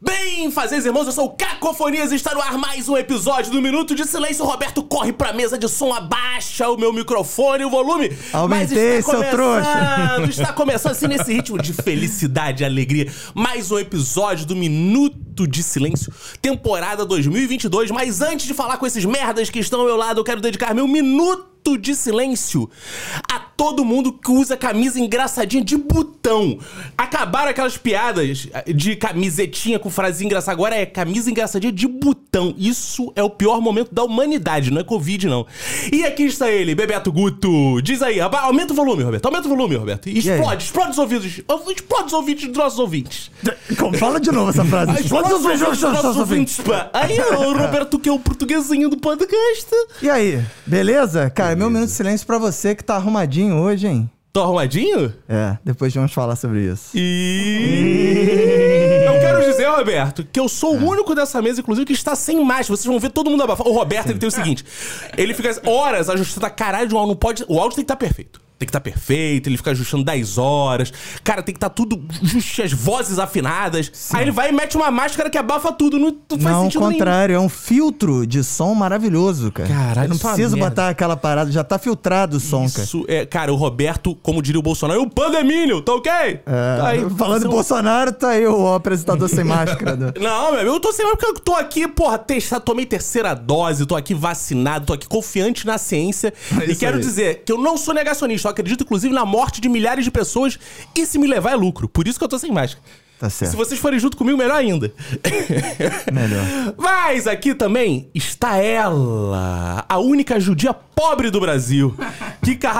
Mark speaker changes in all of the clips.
Speaker 1: Bem, fazeres irmãos, eu sou o Cacofonias e está no ar mais um episódio do Minuto de Silêncio. Roberto corre pra mesa de som, abaixa o meu microfone, o volume.
Speaker 2: Aumentei,
Speaker 1: Mas está
Speaker 2: seu trouxa.
Speaker 1: começando, Está começando assim nesse ritmo de felicidade e alegria. Mais um episódio do Minuto de Silêncio, temporada 2022. Mas antes de falar com esses merdas que estão ao meu lado, eu quero dedicar meu minuto minuto de silêncio a todo mundo que usa camisa engraçadinha de botão. Acabaram aquelas piadas eh, de camisetinha com frase engraçada. Agora é camisa engraçadinha de botão. Isso é o pior momento da humanidade, não é Covid, não. E aqui está ele, Bebeto Guto. Diz aí, aba- aumenta o volume, Roberto. Aumenta o volume, Roberto. E
Speaker 2: aí?
Speaker 1: Explode, explode os ouvidos. Explode os ouvidos dos nossos ouvintes.
Speaker 2: Como? Fala de novo essa frase.
Speaker 1: Explode os ouvidos dos nossos ouvintes, pá. Aí, o Roberto, que é o portuguesinho do podcast.
Speaker 2: E aí, beleza? Cara, meu minuto de silêncio pra você que tá arrumadinho hoje, hein?
Speaker 1: Tô arrumadinho?
Speaker 2: É, depois vamos falar sobre isso.
Speaker 1: E eu quero dizer, Roberto, que eu sou o
Speaker 2: Ah.
Speaker 1: único dessa mesa, inclusive, que está sem máscara. Vocês vão ver todo mundo abafar. O Roberto, ele tem o seguinte: ele fica assim, horas ajustando a caralho de um áudio. Não pode, o áudio tem que estar perfeito. Tem que estar perfeito, ele fica ajustando 10 horas. Cara, tem que estar tudo justo, as vozes afinadas. Aí ele vai e mete uma máscara que abafa tudo. Não, não faz
Speaker 2: não, ao
Speaker 1: sentido nenhum.
Speaker 2: contrário, é um filtro de som maravilhoso, cara.
Speaker 1: Caralho,
Speaker 2: Eu não
Speaker 1: isso é uma
Speaker 2: preciso
Speaker 1: merda.
Speaker 2: botar aquela parada, já tá filtrado o som, cara.
Speaker 1: Isso é, cara, o Roberto, como diria o Bolsonaro, é um pandemínio, tá ok? Tá aí,
Speaker 2: É. Falando em
Speaker 1: são-
Speaker 2: Bolsonaro, tá aí o apresentador sem máscara. né? do-
Speaker 1: Não, meu amigo, eu tô sem porque eu tô aqui, porra, testado, tomei terceira dose, tô aqui vacinado, tô aqui confiante na ciência. e
Speaker 2: É isso
Speaker 1: quero
Speaker 2: aí.
Speaker 1: dizer que eu não sou negacionista, eu acredito inclusive na morte de milhares de pessoas e se me levar é lucro. Por isso que eu tô sem máscara.
Speaker 2: Tá
Speaker 1: Se
Speaker 2: certo.
Speaker 1: vocês forem junto comigo, melhor ainda.
Speaker 2: Melhor.
Speaker 1: Mas aqui também está ela, a única judia pobre do Brasil, Kika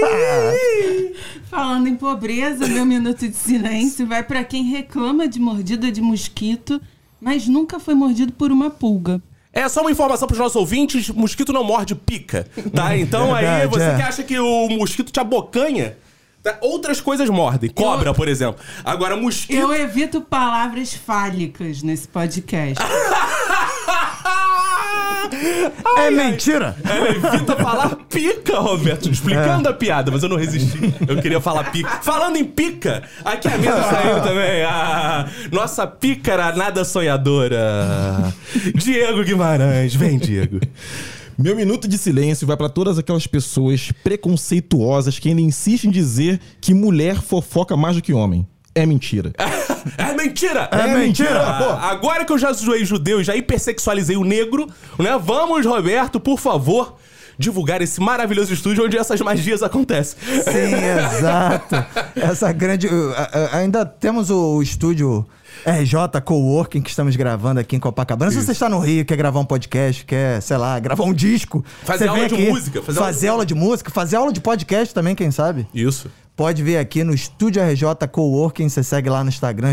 Speaker 1: Ramaui!
Speaker 3: Falando em pobreza, meu minuto de silêncio vai para quem reclama de mordida de mosquito, mas nunca foi mordido por uma pulga.
Speaker 1: É só uma informação pros nossos ouvintes: mosquito não morde pica, tá? Então aí
Speaker 2: Verdade,
Speaker 1: você
Speaker 2: é.
Speaker 1: que acha que o mosquito te abocanha, tá? outras coisas mordem. Cobra, por exemplo. Agora, mosquito.
Speaker 3: Eu evito palavras fálicas nesse podcast.
Speaker 1: Ah,
Speaker 2: é mentira!
Speaker 1: Ela evita falar pica, Roberto. Explicando
Speaker 2: É.
Speaker 1: a piada, mas eu não resisti. Eu queria falar pica. Falando em pica, aqui é a mesa saiu também. A nossa pícara nada sonhadora. Diego Guimarães. Vem, Diego.
Speaker 4: Meu minuto de silêncio vai pra todas aquelas pessoas preconceituosas que ainda insistem em dizer que mulher fofoca mais do que homem. É mentira.
Speaker 1: É mentira!
Speaker 2: É mentira,
Speaker 1: Ah, Agora que eu já zoei judeu e já hipersexualizei o negro, né? Vamos, Roberto, por favor, divulgar esse maravilhoso estúdio onde essas magias acontecem.
Speaker 2: Sim, exato. Essa grande. uh, a- a- Ainda temos o o estúdio RJ Coworking que estamos gravando aqui em Copacabana. Se você está no Rio, quer gravar um podcast, quer, sei lá, gravar um disco.
Speaker 1: Fazer
Speaker 2: você
Speaker 1: aula
Speaker 2: vem
Speaker 1: de
Speaker 2: aqui,
Speaker 1: música, fazer
Speaker 2: Fazer,
Speaker 1: aula-
Speaker 2: aula de música, fazer aula de podcast também, quem sabe?
Speaker 1: Isso.
Speaker 2: Pode vir aqui no Estúdio RJ Coworking. Você segue lá no Instagram,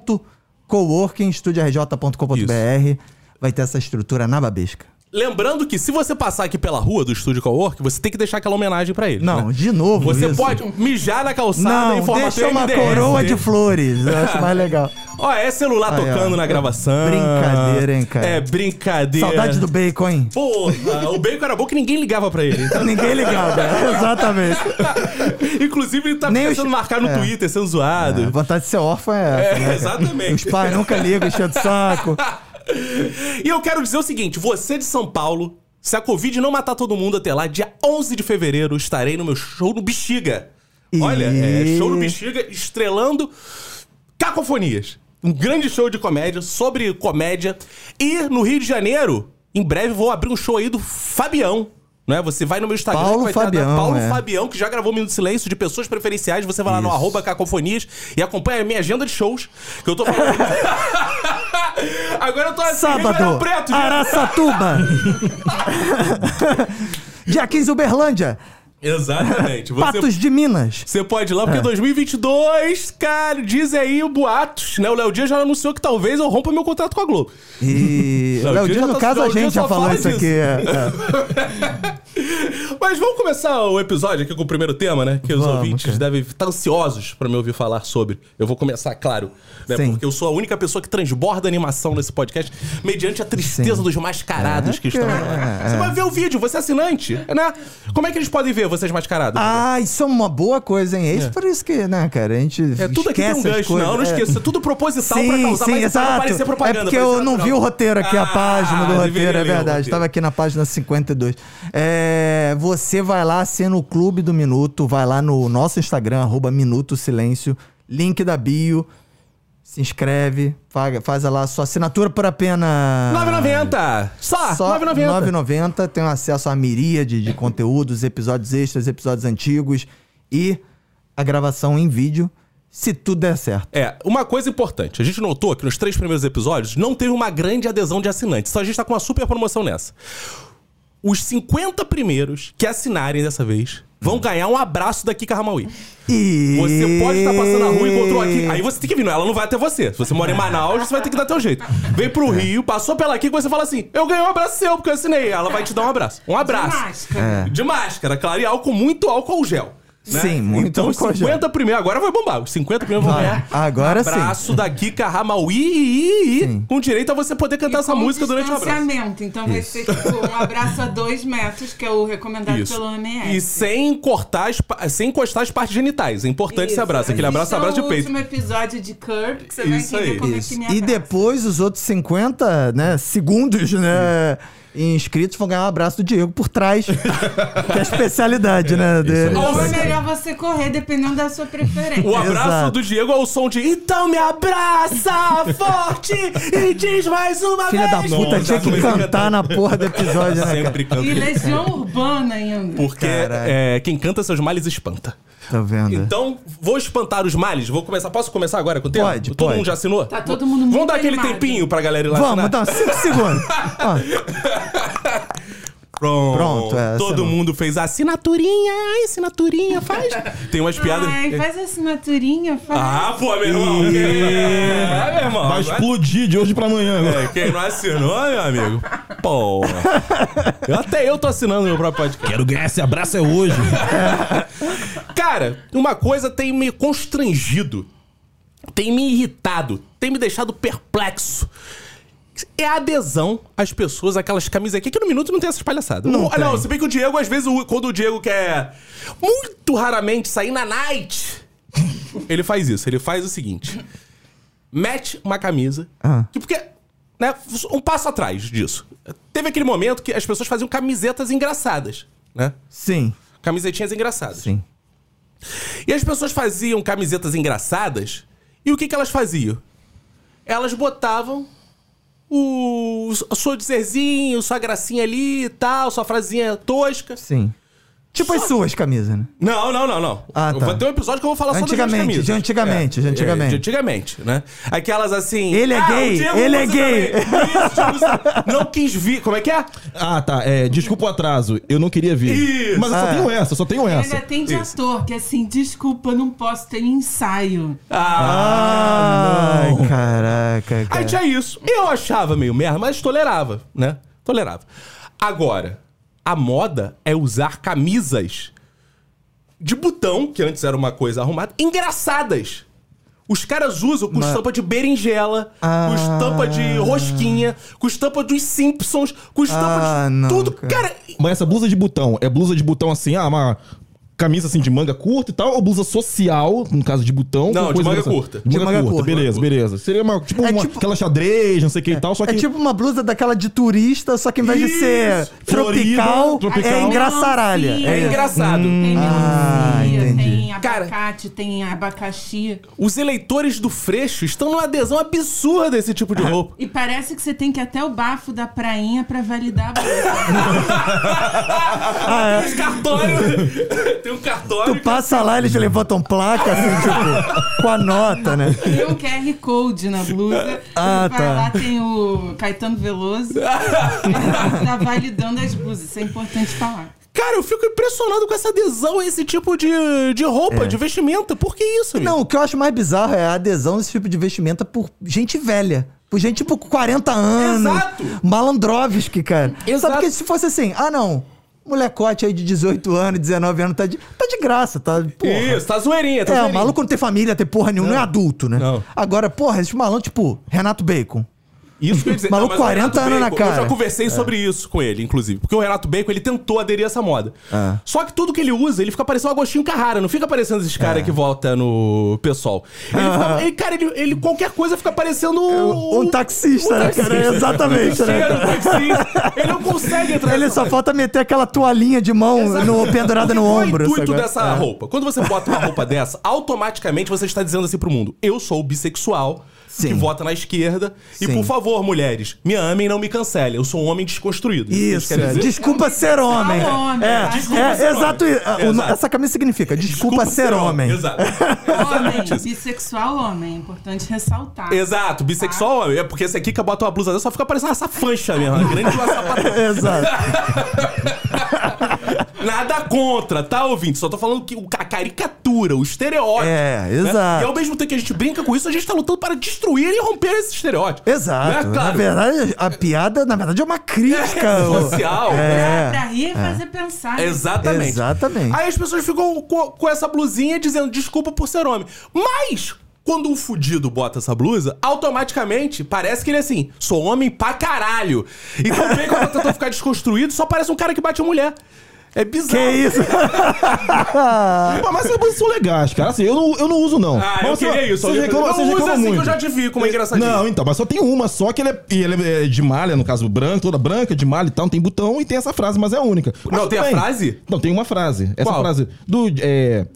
Speaker 2: estúdiorj.coworking, estúdiorj.com.br. Vai ter essa estrutura na babesca.
Speaker 1: Lembrando que se você passar aqui pela rua do estúdio Cowork, você tem que deixar aquela homenagem pra eles.
Speaker 2: Não,
Speaker 1: né?
Speaker 2: de novo.
Speaker 1: Você
Speaker 2: isso.
Speaker 1: pode mijar na calçada em
Speaker 2: Não,
Speaker 1: formato
Speaker 2: deixa uma
Speaker 1: MDF.
Speaker 2: coroa de flores. Eu acho mais legal.
Speaker 1: Ó, é celular
Speaker 2: Aí, ó.
Speaker 1: tocando na gravação.
Speaker 2: Brincadeira, hein, cara?
Speaker 1: É brincadeira.
Speaker 2: Saudade do bacon, hein?
Speaker 1: Porra, o bacon era bom que ninguém ligava pra ele. Então...
Speaker 2: Ninguém ligava.
Speaker 1: né?
Speaker 2: Exatamente.
Speaker 1: Inclusive, ele tá
Speaker 2: Nem
Speaker 1: pensando
Speaker 2: os-
Speaker 1: marcar no
Speaker 2: é.
Speaker 1: Twitter, sendo
Speaker 2: A
Speaker 1: zoado.
Speaker 2: vontade de ser órfão é essa.
Speaker 1: É,
Speaker 2: né, cara?
Speaker 1: exatamente.
Speaker 2: Os pais nunca ligam, enchendo o saco.
Speaker 1: E eu quero dizer o seguinte: você de São Paulo, se a Covid não matar todo mundo até lá, dia 11 de fevereiro, estarei no meu show no Bexiga. Olha, é,
Speaker 2: E-
Speaker 1: show no Bexiga estrelando Cacofonias. Um grande show de comédia, sobre comédia. E no Rio de Janeiro, em breve vou abrir um show aí do Fabião. Né? Você vai no meu Instagram.
Speaker 2: Paulo
Speaker 1: que vai ter-
Speaker 2: Fabião,
Speaker 1: Paulo
Speaker 2: é.
Speaker 1: Fabião, que já gravou Minuto de Silêncio, de pessoas preferenciais. Você vai lá no
Speaker 2: Isso.
Speaker 1: arroba cacofonias e acompanha a minha agenda de shows. Que eu tô falando. Agora eu tô assim, Ribeirão
Speaker 2: Sábado, Ah,
Speaker 1: Preto, gente.
Speaker 2: Araçatuba. Dia 15, Uberlândia.
Speaker 1: Exatamente. Você,
Speaker 2: Patos É. de Minas.
Speaker 1: você pode ir lá, porque 2022, cara, diz aí o boatos, né? O Léo Dias já anunciou que talvez eu rompa meu contrato com a Globo.
Speaker 2: E.
Speaker 1: Não, o
Speaker 2: Léo
Speaker 1: dia
Speaker 2: Dias,
Speaker 1: tá-
Speaker 2: no caso,
Speaker 1: Léo
Speaker 2: a
Speaker 1: Dias
Speaker 2: gente
Speaker 1: só
Speaker 2: já falou
Speaker 1: fala
Speaker 2: isso aqui. é, é.
Speaker 1: Mas vamos começar o episódio aqui com o primeiro tema, né? Que os
Speaker 2: Vamos,
Speaker 1: ouvintes
Speaker 2: cara.
Speaker 1: devem estar ansiosos pra me ouvir falar sobre. Eu vou começar, claro, né?
Speaker 2: Sim.
Speaker 1: Porque eu sou a única pessoa que transborda animação nesse podcast, mediante a tristeza
Speaker 2: Sim.
Speaker 1: dos mascarados que estão.
Speaker 2: É,
Speaker 1: Você vai ver o vídeo, você é assinante, né? Como é que eles podem ver? vocês mascarados.
Speaker 2: Ah, isso é uma boa coisa, hein? É isso por isso que, né, cara, a gente
Speaker 1: É tudo aqui tem um
Speaker 2: esquece as
Speaker 1: gancho,
Speaker 2: coisas.
Speaker 1: não, não
Speaker 2: É.
Speaker 1: esqueça. É tudo proposital
Speaker 2: Sim,
Speaker 1: pra causar
Speaker 2: sim,
Speaker 1: mais pra
Speaker 2: exato.
Speaker 1: parecer propaganda.
Speaker 2: é porque
Speaker 1: parecer
Speaker 2: eu não vi o
Speaker 1: natural.
Speaker 2: roteiro aqui, a
Speaker 1: Ah,
Speaker 2: página do
Speaker 1: deveria
Speaker 2: roteiro, é
Speaker 1: ler o
Speaker 2: verdade.
Speaker 1: roteiro.
Speaker 2: Estava aqui na página 52. É, você vai lá, assina o Clube do Minuto, vai lá no nosso Instagram, arroba Minuto Silêncio, link da bio, se inscreve, paga- faz lá a sua assinatura por apenas...
Speaker 1: 9,90. Só,
Speaker 2: Ah. Só
Speaker 1: 9,90.
Speaker 2: 9,90. Tem acesso a miríade de conteúdos, episódios extras, episódios antigos e a gravação em vídeo, se tudo der certo.
Speaker 1: É, uma coisa importante. A gente notou que nos três primeiros episódios não teve uma grande adesão de assinantes. Só a gente tá com uma super promoção nessa. Os 50 primeiros que assinarem dessa vez vão
Speaker 2: Hum.
Speaker 1: ganhar um abraço da Kika Ramaui.
Speaker 2: E...
Speaker 1: Você pode estar passando a rua e encontrou aqui.
Speaker 2: Hum.
Speaker 1: Aí você tem que vir. Ela não vai até você. Se você mora em Manaus, você vai ter que dar teu jeito. Vem pro
Speaker 2: É.
Speaker 1: Rio, passou pela aqui, você fala assim: Eu ganhei um abraço seu, porque eu assinei. Ela vai te dar um abraço. Um abraço.
Speaker 3: De
Speaker 2: É.
Speaker 3: máscara.
Speaker 1: De máscara, claro, e álcool, muito álcool gel. né?
Speaker 2: Sim, muito
Speaker 1: Então, os
Speaker 2: álcool gel.
Speaker 1: 50 primeiros. Agora vai bombar. Os 50 primeiros vão
Speaker 2: Vai.
Speaker 1: ganhar.
Speaker 2: Ah, Agora sim.
Speaker 1: é? Abraço da Kika Ramaui e- e- e- com direito a você poder cantar
Speaker 3: E
Speaker 1: Tá essa
Speaker 3: com
Speaker 1: música durante o abraço.
Speaker 3: distanciamento. Então vai ser tipo um abraço a dois metros, que é o recomendado
Speaker 1: Isso.
Speaker 3: pelo OMS.
Speaker 1: E sem cortar, as pa- sem encostar as partes genitais. É importante esse
Speaker 3: Isso.
Speaker 1: abraço. Aquele abraço,
Speaker 3: Assistam
Speaker 1: abraço de
Speaker 3: o
Speaker 1: peito.
Speaker 3: último episódio de Curb, que você
Speaker 1: Isso
Speaker 3: vai entender
Speaker 1: aí.
Speaker 3: como
Speaker 2: Isso.
Speaker 3: é que me
Speaker 2: E
Speaker 3: abraça.
Speaker 2: depois os outros 50 né, segundos né, inscritos vão ganhar um abraço do Diego por trás. que é a especialidade, né?
Speaker 1: aí.
Speaker 2: dele.
Speaker 3: Ou é melhor você correr, dependendo da sua preferência.
Speaker 1: O abraço
Speaker 2: Exato.
Speaker 1: do Diego é o som de Então me abraça forte e diz mais uma
Speaker 2: Filha da
Speaker 1: vez.
Speaker 2: puta,
Speaker 1: Não,
Speaker 2: tinha
Speaker 1: já
Speaker 2: que
Speaker 1: comecei a
Speaker 2: cantar na porra do episódio, né, cara?
Speaker 1: é tá Sempre canto.
Speaker 3: E Legião Urbana ainda.
Speaker 1: Porque
Speaker 2: Caralho.
Speaker 1: é, quem canta seus males espanta.
Speaker 2: Tá vendo?
Speaker 1: Então, vou espantar os males. Vou começar. Posso começar agora com o tempo?
Speaker 2: Pode,
Speaker 1: Todo
Speaker 2: pode.
Speaker 1: mundo já assinou?
Speaker 3: Tá todo mundo muito
Speaker 1: Vamos dar aquele
Speaker 3: animado.
Speaker 1: tempinho pra galera ir lá assinar?
Speaker 2: Vamos, então. dá 5 segundos. Ó,
Speaker 1: Pronto.
Speaker 2: Pronto, é,
Speaker 1: todo
Speaker 2: assinou.
Speaker 1: mundo fez a assinaturinha. Ai, assinaturinha, faz. Tem umas piadas...
Speaker 3: Ai, faz a assinaturinha, faz.
Speaker 1: é- Ah, pô, meu irmão.
Speaker 4: Ih.
Speaker 1: É, meu irmão.
Speaker 4: Vai explodir de hoje pra amanhã. né?
Speaker 1: É, quem não assinou, meu amigo. Pô. Eu- Até eu tô assinando meu próprio podcast.
Speaker 4: Quero ganhar esse abraço é hoje.
Speaker 1: Cara, uma coisa tem me constrangido, tem me irritado, tem me deixado perplexo. É a adesão às pessoas, aquelas camisas aqui, que no minuto não tem essas palhaçadas.
Speaker 2: Não
Speaker 1: Ah, não
Speaker 2: tem.
Speaker 1: se bem que o Diego, às vezes, o- quando o Diego quer muito raramente sair na night, ele faz isso. Ele faz o seguinte: mete uma camisa.
Speaker 2: Ah.
Speaker 1: que porque, né, um passo atrás disso. Teve aquele momento que as pessoas faziam camisetas engraçadas, né?
Speaker 2: sim,
Speaker 1: Camisetinhas engraçadas.
Speaker 2: sim.
Speaker 1: E as pessoas faziam camisetas engraçadas. E o que, que elas faziam? Elas botavam o, o seu dizerzinho, sua gracinha ali e tal, sua frasinha tosca.
Speaker 2: Sim. Tipo as suas camisas, né?
Speaker 1: Não, não, não, não.
Speaker 2: Ah, tá.
Speaker 1: Vai ter um episódio que eu vou falar só das minhas
Speaker 2: Antigamente,
Speaker 1: camisas. É,
Speaker 2: de antigamente, de antigamente.
Speaker 1: de antigamente, né? Aquelas assim...
Speaker 2: Ele é
Speaker 1: o
Speaker 2: gay,
Speaker 1: Diego,
Speaker 2: ele
Speaker 1: você
Speaker 2: é gay."
Speaker 1: também. Isso, tipo, você não quis vir. Como é que é?
Speaker 4: Ah, tá. É, desculpa o atraso. Eu não queria vir.
Speaker 1: Isso.
Speaker 4: Mas eu
Speaker 2: Ah.
Speaker 4: só tenho essa, só tenho
Speaker 3: Ele
Speaker 4: essa.
Speaker 3: ainda tem de ator, que assim, desculpa, não posso ter ensaio.
Speaker 1: Ah...
Speaker 2: Ai, caraca,
Speaker 1: Aí
Speaker 2: cara.
Speaker 1: tinha isso. Eu achava meio merda, mas tolerava, né? Tolerava. Agora, a moda é usar camisas de botão, que antes era uma coisa arrumada, engraçadas. Os caras usam com estampa de berinjela, com
Speaker 2: é. Ah.
Speaker 1: estampa de rosquinha, com estampa dos Simpsons, com estampa
Speaker 2: Ah,
Speaker 1: de
Speaker 2: não,
Speaker 1: tudo.
Speaker 2: cara.
Speaker 1: Cara,
Speaker 4: Mas essa blusa de botão, é blusa de botão assim, ah, uma camisa assim de manga curta e tal, ou blusa social, no caso de botão?
Speaker 1: Não,
Speaker 4: com
Speaker 1: de
Speaker 4: coisa
Speaker 1: manga
Speaker 4: engraçada?
Speaker 1: curta.
Speaker 4: De, manga, curta, beleza, beleza. Seria uma, tipo,
Speaker 2: É
Speaker 4: uma-
Speaker 2: tipo-
Speaker 4: aquela xadrez, não sei o que e tal, só que...
Speaker 2: É tipo uma blusa daquela de turista, só que em vez de ser
Speaker 4: Isso,
Speaker 2: tropical,
Speaker 4: florida, tropical.
Speaker 2: é engraçaralha.
Speaker 3: Melancia.
Speaker 1: é
Speaker 2: É,
Speaker 1: engraçado.
Speaker 3: Tem
Speaker 2: Ah,
Speaker 3: melancia,
Speaker 2: entendi.
Speaker 3: tem
Speaker 1: Cara-
Speaker 3: abacate, tem abacaxi.
Speaker 1: Os eleitores do Freixo estão numa adesão absurda a esse tipo
Speaker 2: É.
Speaker 1: de roupa.
Speaker 3: E parece que você tem que ir até o bafo da prainha pra validar a bolsa.
Speaker 1: Tem um cartório. Tem um cartório.
Speaker 2: Ah, é. Tu passa lá, eles levantam placa, assim, tipo, com a nota, né?
Speaker 3: Tem um QR Code na blusa.
Speaker 2: Ah,
Speaker 3: Vai
Speaker 2: tá.
Speaker 3: Lá tem o Caetano Veloso. Ele tá validando as blusas. Isso é importante falar.
Speaker 1: Cara, eu fico impressionado com essa adesão a esse tipo de, de roupa, de vestimenta. Por que isso, amigo?
Speaker 2: Não, o que eu acho mais bizarro é a adesão desse tipo de vestimenta por gente velha. Por gente, tipo, com 40 anos.
Speaker 1: Exato.
Speaker 2: Malandrovski, cara.
Speaker 1: Exato.
Speaker 2: Sabe porque se fosse assim, ah, não, molecote aí de 18 anos, 19 anos, tá de, tá de graça, tá... Porra.
Speaker 1: Isso, tá zoeirinha, tá
Speaker 2: É, o
Speaker 1: zoeirinha.
Speaker 2: maluco não tem família, tem porra nenhuma, não, é adulto, né?
Speaker 1: Não.
Speaker 2: Agora, porra, esses malandros, tipo, Renato Bacon.
Speaker 1: Isso que eu ia dizer.
Speaker 2: Maluco,
Speaker 1: mas o Renato
Speaker 2: 40 anos na
Speaker 1: Bacon, Eu
Speaker 2: cara. É.
Speaker 1: já conversei sobre isso com ele, inclusive. Porque o Renato Bacon, ele tentou aderir a essa moda.
Speaker 2: Ah.
Speaker 1: Só que tudo que ele usa, ele fica parecendo o Agostinho Carrara. Não fica parecendo esses
Speaker 2: É.
Speaker 1: caras que vota no PSOL. Ele fica- ele, cara, ele, ele- qualquer coisa fica parecendo
Speaker 2: Um taxista, né, cara?
Speaker 1: taxista.
Speaker 2: Exatamente, né?
Speaker 1: Cheiro,
Speaker 2: cara?
Speaker 1: taxista. Ele não consegue entrar
Speaker 2: Ele
Speaker 1: nessa-
Speaker 2: só falta meter aquela toalhinha de mão no, pendurada no
Speaker 1: Qual é
Speaker 2: ombro.
Speaker 1: o intuito
Speaker 2: sabe?
Speaker 1: dessa roupa? Quando você bota uma roupa dessa, automaticamente você está dizendo assim pro mundo: eu sou bissexual. Que
Speaker 2: Sim.
Speaker 1: vota na esquerda. E
Speaker 2: Sim.
Speaker 1: por favor, mulheres, me amem e não me cancelem. Eu sou um homem desconstruído.
Speaker 2: Isso,
Speaker 1: quer
Speaker 2: é.
Speaker 1: dizer? um
Speaker 2: desculpa ser homem.
Speaker 3: homem,
Speaker 2: É, é,
Speaker 3: tá? Desculpa
Speaker 1: ser
Speaker 2: exato.
Speaker 1: homem.
Speaker 2: isso. Ah, o-
Speaker 1: Exato.
Speaker 2: Essa camisa significa desculpa, ser homem.
Speaker 1: Exato.
Speaker 3: Homem, bissexual homem, é importante ressaltar.
Speaker 1: Exato, bissexual homem. É porque esse aqui que bota uma blusa dessa só fica parecendo uma safancha mesmo. Uma grande uma sapata.
Speaker 2: Exato.
Speaker 1: Nada contra, tá, ouvinte? Só tô falando que o- a caricatura, o estereótipo.
Speaker 2: É,
Speaker 1: né?
Speaker 2: exato.
Speaker 1: E ao mesmo tempo que a gente brinca com isso, a gente tá lutando para destruir e romper esse estereótipo.
Speaker 2: Exato.
Speaker 1: Né,
Speaker 2: Na
Speaker 1: claro.
Speaker 2: verdade, a piada, na verdade, é uma crítica.
Speaker 1: É,
Speaker 2: ô.
Speaker 1: social. Né?
Speaker 3: Pra, pra
Speaker 2: É.
Speaker 3: rir e fazer pensar. né?
Speaker 1: Exatamente.
Speaker 2: Exatamente.
Speaker 1: Aí as pessoas ficam co- com, essa blusinha dizendo desculpa por ser homem. Mas, quando um fudido bota essa blusa, automaticamente parece que ele é assim, sou homem pra caralho. Então, bem quando eu tento ficar desconstruído, só parece um cara que bate a mulher. É bizarro.
Speaker 2: Que isso?
Speaker 4: Pô, mas essas blusas são legais, cara. Assim, eu não, eu não uso, não.
Speaker 1: Ah,
Speaker 4: mas assim,
Speaker 1: eu queria isso.
Speaker 4: Você
Speaker 1: Eu-
Speaker 4: reclama,
Speaker 1: eu
Speaker 4: você
Speaker 1: uso
Speaker 4: reclama
Speaker 1: assim que
Speaker 4: muito.
Speaker 1: eu já te vi, como é engraçadinho.
Speaker 4: Não, então, mas só tem uma só que ele é, e ele é de malha, no caso, branco, toda branca, de malha e tal. Não tem botão e tem essa frase, mas é a única. Mas
Speaker 1: Não,
Speaker 4: tudo
Speaker 1: tem a
Speaker 4: bem.
Speaker 1: frase?
Speaker 4: Não, tem uma frase. Essa
Speaker 1: Qual?
Speaker 4: frase do... É,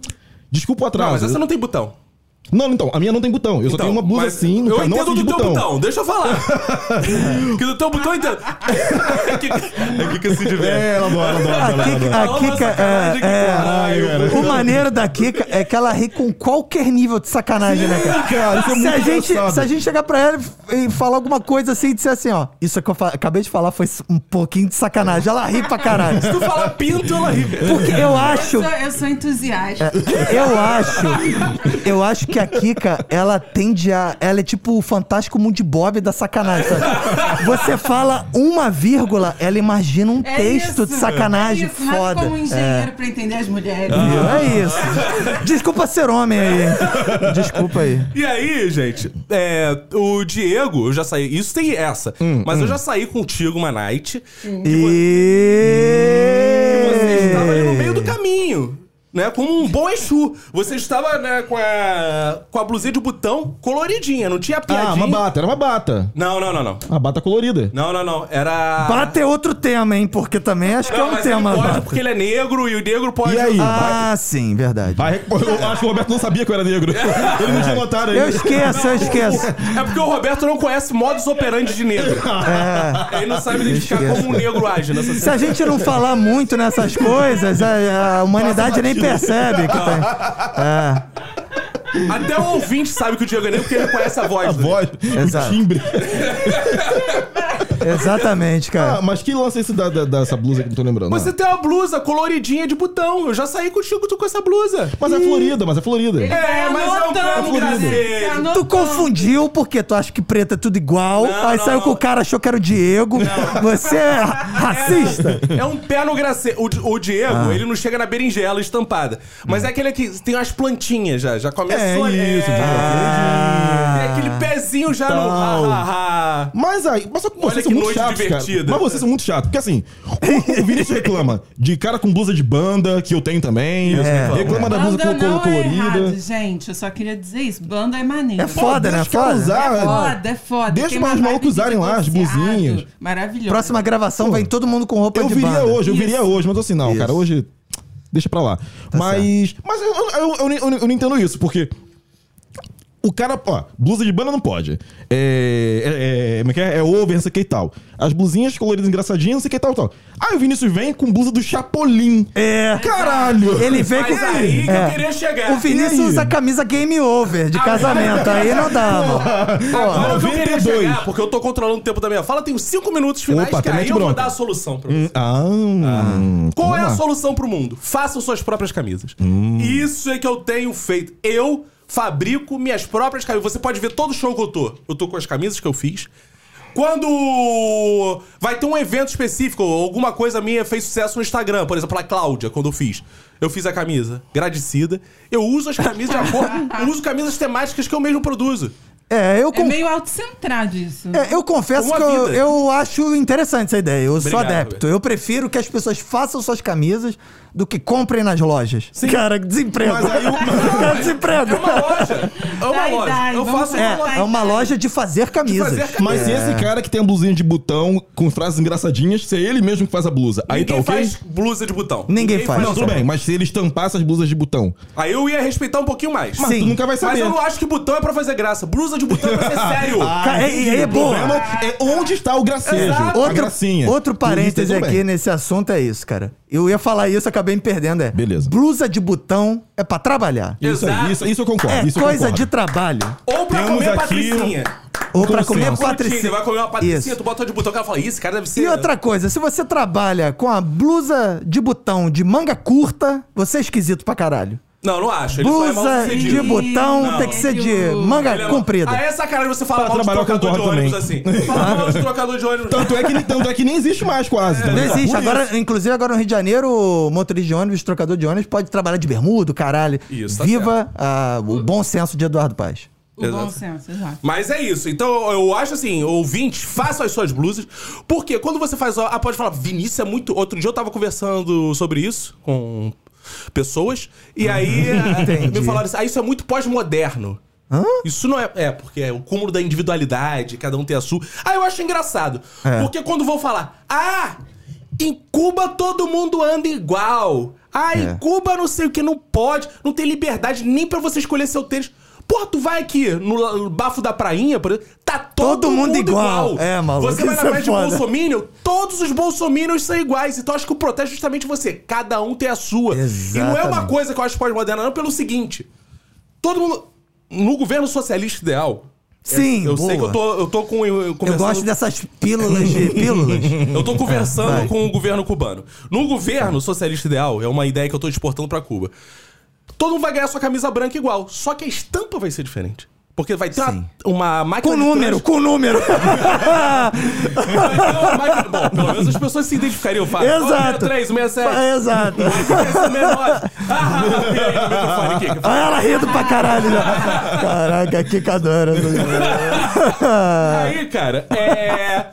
Speaker 4: Desculpa o atraso.
Speaker 1: Não, mas essa não tem botão.
Speaker 4: Não, então, a minha não tem botão. Eu só
Speaker 1: Então,
Speaker 4: tenho uma blusa
Speaker 1: mas
Speaker 4: assim,
Speaker 1: Eu
Speaker 4: cara, não
Speaker 1: entendo
Speaker 4: assim
Speaker 1: do
Speaker 4: de
Speaker 1: teu botão.
Speaker 4: botão.
Speaker 1: deixa eu falar. que do teu botão eu entendo. é que, é que, que se diverte.
Speaker 4: É, ela adora, ela adora,
Speaker 1: Ah,
Speaker 4: ela
Speaker 2: A
Speaker 4: adora.
Speaker 2: Kika, a
Speaker 1: Olha uma
Speaker 2: Kika
Speaker 1: sacanagem que
Speaker 2: é, é,
Speaker 1: caralho,
Speaker 2: o maneiro da Kika é que ela ri com qualquer nível de sacanagem, né, cara?
Speaker 4: Cara, isso
Speaker 2: se,
Speaker 4: é muito
Speaker 2: a gente,
Speaker 4: engraçado.
Speaker 2: se a gente chegar pra ela e falar alguma coisa assim e disser assim, ó, isso que eu fa- acabei de falar foi um pouquinho de sacanagem. Ela ri pra caralho.
Speaker 1: Se tu falar pinto, ela ri.
Speaker 2: Porque eu
Speaker 3: Eu
Speaker 2: acho.
Speaker 3: sou, eu sou entusiasta.
Speaker 2: Eu acho. Eu acho que a Kika, ela tende a. Ela é tipo o fantástico mundo de Bob da sacanagem. sabe? Você fala uma vírgula, ela imagina um
Speaker 3: É
Speaker 2: texto
Speaker 3: isso.
Speaker 2: de sacanagem
Speaker 3: é isso, nada
Speaker 2: foda.
Speaker 3: como um engenheiro pra entender as mulheres.
Speaker 1: Ah.
Speaker 2: É isso. Desculpa ser homem aí. Desculpa aí.
Speaker 1: E aí, gente, é, o Diego, eu já saí. Isso tem essa. mas eu já saí contigo uma night.
Speaker 2: Hum. E.
Speaker 1: Você estava ali no meio do caminho. Né, como um bom Exu. Você estava né, com, a, com a blusinha de botão coloridinha, não tinha piadinha.
Speaker 4: Ah, uma bata, era uma bata.
Speaker 1: Não, não, não, não.
Speaker 4: Uma bata colorida.
Speaker 1: Não, não, não. Era.
Speaker 2: Bata é outro tema, hein? Porque também acho que é
Speaker 1: Não,
Speaker 2: um
Speaker 1: mas ele
Speaker 2: tema.
Speaker 1: pode,
Speaker 2: bata.
Speaker 1: porque ele é negro e o negro pode.
Speaker 4: E aí?
Speaker 2: Ah, sim, verdade.
Speaker 4: Vai, eu acho que o Roberto não sabia que eu era negro. Ele não tinha notado aí.
Speaker 2: Eu esqueço, eu esqueço.
Speaker 1: É porque o Roberto não conhece modus operandi de negro. Ele não sabe identificar
Speaker 2: esqueço.
Speaker 1: como um negro age nessa
Speaker 2: É. Se a gente não falar muito nessas coisas, a, a humanidade nem percebe que tá.
Speaker 1: Até o ouvinte sabe que o Diego é negro porque ele conhece a voz.
Speaker 4: A
Speaker 1: dele.
Speaker 4: voz,
Speaker 2: Exato.
Speaker 4: o timbre.
Speaker 2: Exatamente,
Speaker 4: Ah,
Speaker 2: cara.
Speaker 4: mas que lance é esse da, da- dessa blusa que eu não tô lembrando?
Speaker 1: Você
Speaker 4: Ah.
Speaker 1: tem uma blusa coloridinha de botão. Eu já saí contigo tu com essa blusa.
Speaker 4: Mas é florida, mas é florida.
Speaker 1: É, mas é um pouco
Speaker 3: Você
Speaker 1: brasileiro.
Speaker 3: anotou.
Speaker 2: Tu confundiu porque tu acha que preto é tudo igual,
Speaker 1: Não,
Speaker 2: aí
Speaker 1: não,
Speaker 2: saiu
Speaker 1: não.
Speaker 2: com o cara, achou que era o Diego. Você é racista.
Speaker 1: É um pé no gracê. O, Di- o Diego, ele não chega na berinjela estampada. Mas é aquele que tem umas plantinhas já. Já começou
Speaker 4: É isso,
Speaker 1: é,
Speaker 2: Ah.
Speaker 1: Tem aquele pezinho já no. Ah, Ha, ha, ha.
Speaker 4: Mas aí, mas só que vocês
Speaker 1: que
Speaker 4: são muito
Speaker 1: noite
Speaker 4: chatos,
Speaker 1: divertida.
Speaker 4: cara. Mas vocês são muito chatos, porque assim, o, o Vinícius reclama de cara com blusa de banda, que eu tenho também. reclama da blusa
Speaker 3: Banda
Speaker 4: col-
Speaker 3: não
Speaker 4: col-
Speaker 3: é errado,
Speaker 4: colorida.
Speaker 2: colorida.
Speaker 3: gente. Eu só queria dizer isso. Banda é maneiro.
Speaker 2: É foda, né?
Speaker 4: deixa os caras
Speaker 2: Foda.
Speaker 4: usar,
Speaker 3: É foda, é foda.
Speaker 4: Deixa
Speaker 3: Tem
Speaker 4: mais
Speaker 3: uma
Speaker 4: os malucos
Speaker 3: vibe de
Speaker 4: usarem lá as
Speaker 3: divorciado.
Speaker 4: blusinhas.
Speaker 3: Maravilhoso.
Speaker 2: Próxima gravação vem todo mundo com roupa
Speaker 4: Eu
Speaker 2: de
Speaker 4: viria
Speaker 2: banda.
Speaker 4: hoje, eu viria
Speaker 3: Isso.
Speaker 4: hoje, mas eu assim, não,
Speaker 2: Isso.
Speaker 4: cara, hoje. Deixa pra lá. mas. Mas eu, eu, eu- eu- eu não entendo isso, porque. O cara, ó, blusa de banda não pode. É. É. é, como é, que é? É over, não sei o que e tal. As blusinhas coloridas engraçadinhas, não sei o que e tal, tal. Aí o Vinícius vem com blusa do Chapolin.
Speaker 2: É.
Speaker 4: Caralho!
Speaker 2: Ele vem
Speaker 1: Mas
Speaker 2: com.
Speaker 1: aí que
Speaker 2: É.
Speaker 1: eu queria chegar.
Speaker 2: O Vinícius
Speaker 4: E aí?
Speaker 2: usa a camisa game over de
Speaker 1: Ah,
Speaker 2: casamento. Aí não dá, mano.
Speaker 4: é
Speaker 1: Agora eu queria
Speaker 4: 92.
Speaker 1: chegar, porque eu tô controlando o tempo da minha fala, tenho cinco minutos finais,
Speaker 4: Opa,
Speaker 1: que aí
Speaker 4: mete
Speaker 1: eu vou
Speaker 4: bronca.
Speaker 1: dar a solução pra você.
Speaker 4: Ah,
Speaker 1: Qual é a
Speaker 4: sua.
Speaker 1: solução pro mundo? Façam suas próprias camisas.
Speaker 4: Hum.
Speaker 1: Isso é que eu tenho feito. Eu fabrico minhas próprias camisas. Você pode ver todo show que eu tô. Eu tô com as camisas que eu fiz. Quando vai ter um evento específico, ou alguma coisa minha fez sucesso no Instagram, por exemplo, a Cláudia, quando eu fiz. Eu fiz a camisa, gradecida. Eu uso as camisas de acordo, eu uso camisas temáticas que eu mesmo produzo.
Speaker 2: É, eu,
Speaker 3: É
Speaker 2: con-
Speaker 3: meio autocentrado isso.
Speaker 2: é, eu confesso
Speaker 1: Uma
Speaker 2: que eu,
Speaker 1: vida.
Speaker 2: eu acho interessante essa ideia. Eu sou
Speaker 1: Obrigado,
Speaker 2: adepto.
Speaker 1: Roberto.
Speaker 2: Eu prefiro que as pessoas façam suas camisas do que comprem nas lojas. Cara, desemprego.
Speaker 4: Mas aí
Speaker 2: É desemprego.
Speaker 1: É uma loja. É uma
Speaker 3: Dai,
Speaker 1: loja.
Speaker 3: dai,
Speaker 1: eu
Speaker 3: vamos
Speaker 1: faço
Speaker 3: lá.
Speaker 1: uma loja.
Speaker 2: É, é uma loja de fazer camisas.
Speaker 1: fazer camisas.
Speaker 4: Mas esse cara que tem a blusinha de botão com frases engraçadinhas, se é ele mesmo que faz a blusa, aí tá
Speaker 1: Ninguém
Speaker 4: ok?
Speaker 1: faz blusa de botão.
Speaker 2: Ninguém faz.
Speaker 4: Não, tudo bem, mas se ele estampar essas blusas de botão,
Speaker 1: Aí eu ia respeitar um pouquinho mais.
Speaker 4: mas
Speaker 2: Sim.
Speaker 4: tu nunca vai
Speaker 1: Mas
Speaker 4: saber.
Speaker 1: eu não acho que botão é pra fazer graça. Blusa de botão é pra ser sério.
Speaker 2: Ca- é, é, é
Speaker 4: O problema
Speaker 2: boa.
Speaker 4: é onde está o gracejo.
Speaker 1: Exato.
Speaker 4: A
Speaker 2: Outro,
Speaker 1: é.
Speaker 4: gracinha.
Speaker 2: outro parêntese
Speaker 4: Tudo bem.
Speaker 2: aqui nesse assunto é isso, cara. Eu ia falar isso, acabei me perdendo. É.
Speaker 4: Beleza.
Speaker 2: Blusa de botão é pra trabalhar.
Speaker 4: Isso, aí,
Speaker 1: Exato.
Speaker 4: isso, isso eu concordo.
Speaker 2: É
Speaker 4: isso eu
Speaker 2: coisa
Speaker 4: concordo.
Speaker 2: de trabalho.
Speaker 1: Ou pra
Speaker 4: Temos
Speaker 1: comer
Speaker 4: aqui
Speaker 1: patricinha.
Speaker 2: Ou pra
Speaker 4: Consenso.
Speaker 2: comer
Speaker 1: Patricinha,
Speaker 2: patricinha.
Speaker 1: Vai comer uma patricinha,
Speaker 2: Isso.
Speaker 1: tu bota de botão, o cara fala, isso, cara deve ser...
Speaker 2: E outra coisa, se você trabalha com a blusa de botão de manga curta, você é esquisito pra caralho.
Speaker 1: Não, não acho. Ele só é mal
Speaker 2: Blusa
Speaker 1: sucedido.
Speaker 2: de botão
Speaker 1: Não.
Speaker 2: tem que ser de
Speaker 3: Ele é-
Speaker 2: manga
Speaker 1: Ele é-
Speaker 2: comprida.
Speaker 1: Ah, é sacanagem você falar
Speaker 4: Pra
Speaker 1: mal de
Speaker 4: trabalhar, eu
Speaker 1: trocador de
Speaker 4: concordo
Speaker 1: ônibus assim. Fala mal de trocador de ônibus.
Speaker 4: Tanto é, que, tanto é que nem existe mais quase. tá
Speaker 2: Não
Speaker 4: ligado?
Speaker 2: existe.
Speaker 4: Por
Speaker 2: Agora, inclusive, agora no Rio de Janeiro, o motorista de ônibus, trocador de ônibus, pode trabalhar de bermudo, caralho.
Speaker 1: Isso, tá
Speaker 2: Viva ah, o bom senso de Eduardo Paz.
Speaker 3: O bom
Speaker 1: Exato.
Speaker 3: senso, exato.
Speaker 1: Mas é isso. Então, eu acho assim, ouvintes, façam as suas blusas. Porque quando você faz... Ah, pode falar, Vinícius é muito... Outro dia eu tava conversando sobre isso com pessoas. E aí, eh,
Speaker 2: Entendi.
Speaker 1: me falaram assim, ah, isso é muito pós-moderno. Isso não é... É, porque é o cúmulo da individualidade, cada um tem a sua. Ah, eu acho engraçado.
Speaker 2: É.
Speaker 1: Porque quando vão falar... Ah, em Cuba todo mundo anda igual. Ah, em
Speaker 2: É.
Speaker 1: Cuba não sei o que, não pode. Não tem liberdade nem pra você escolher seu tênis. Porra, tu vai aqui no la- no bafo da prainha, por exemplo, tá todo, mundo, igual.
Speaker 2: É, maluco,
Speaker 1: Você vai na
Speaker 2: isso é
Speaker 1: praia de
Speaker 2: foda.
Speaker 1: Bolsominion, todos os Bolsominions são iguais. Então acho que o protesto é justamente você. Cada um tem a sua. E não é uma
Speaker 2: Exatamente.
Speaker 1: coisa que eu acho pós-moderna, não, pelo seguinte. Todo mundo. No governo socialista ideal.
Speaker 2: Sim,
Speaker 1: eu
Speaker 2: boa.
Speaker 1: sei que eu tô, eu tô com. Eu,
Speaker 2: Eu gosto dessas pílulas de pílulas.
Speaker 1: eu tô conversando
Speaker 2: vai.
Speaker 1: com o governo cubano. No governo socialista ideal, é uma ideia que eu tô exportando pra Cuba. Todo mundo vai ganhar sua camisa branca igual, só que a estampa vai ser diferente. Porque vai ter uma,
Speaker 2: Sim.
Speaker 1: uma máquina.
Speaker 2: com
Speaker 1: de
Speaker 2: número,
Speaker 1: trans-
Speaker 2: com número.
Speaker 1: Vai ter uma máquina- Bom, pelo menos as pessoas se identificariam. Fala, "Ó,
Speaker 2: Exato.
Speaker 1: O 63, o 67.
Speaker 2: É, Exato.
Speaker 1: o 69. Ah, e aí, no microfone, Kika?
Speaker 2: Olha Ah, ela rindo pra caralho já. Caraca, que né? cadora.
Speaker 1: Aí, cara, é.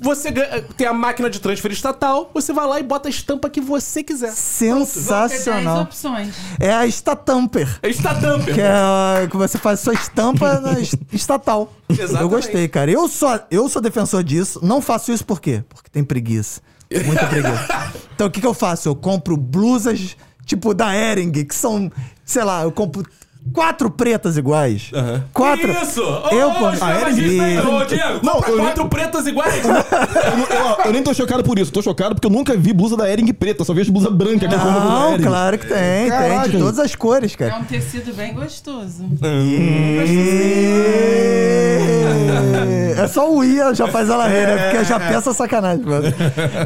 Speaker 1: Você ganha- tem a máquina de transfer estatal, você vai lá e bota a estampa que você quiser.
Speaker 3: Vão ter 10
Speaker 2: Sensacional.
Speaker 3: opções.
Speaker 2: É a Statamper.
Speaker 1: É estampa.
Speaker 2: Que é a- que você faz sua estampa na es- estatal.
Speaker 1: Exatamente.
Speaker 2: Eu gostei, cara. Eu sou, eu sou defensor disso. Não faço isso por quê? Porque tem preguiça. Muita preguiça. Então o que, que eu faço? Eu compro blusas tipo da Ering, que são, sei lá, eu compro quatro pretas iguais. Quatro.
Speaker 1: Isso!
Speaker 2: Eu, Ah,
Speaker 1: Ô,
Speaker 2: pô.
Speaker 1: os trabalhistas aí,
Speaker 2: Ih.
Speaker 1: ô, Diego,
Speaker 4: Não,
Speaker 1: compra
Speaker 4: eu-
Speaker 1: quatro pretas iguais.
Speaker 4: Eu, não- eu- ó, eu nem tô chocado por isso. Tô chocado porque eu nunca vi blusa da Ering preta. Só vejo blusa branca. que é a cor da
Speaker 2: Não,
Speaker 4: Hering.
Speaker 2: claro que tem,
Speaker 4: Caraca.
Speaker 2: tem. De todas as cores,
Speaker 3: É
Speaker 2: cara.
Speaker 3: um tecido bem gostoso.
Speaker 2: Ê, É só o Ia já faz ela rir, né? Porque
Speaker 1: É.
Speaker 2: já pensa sacanagem, mano.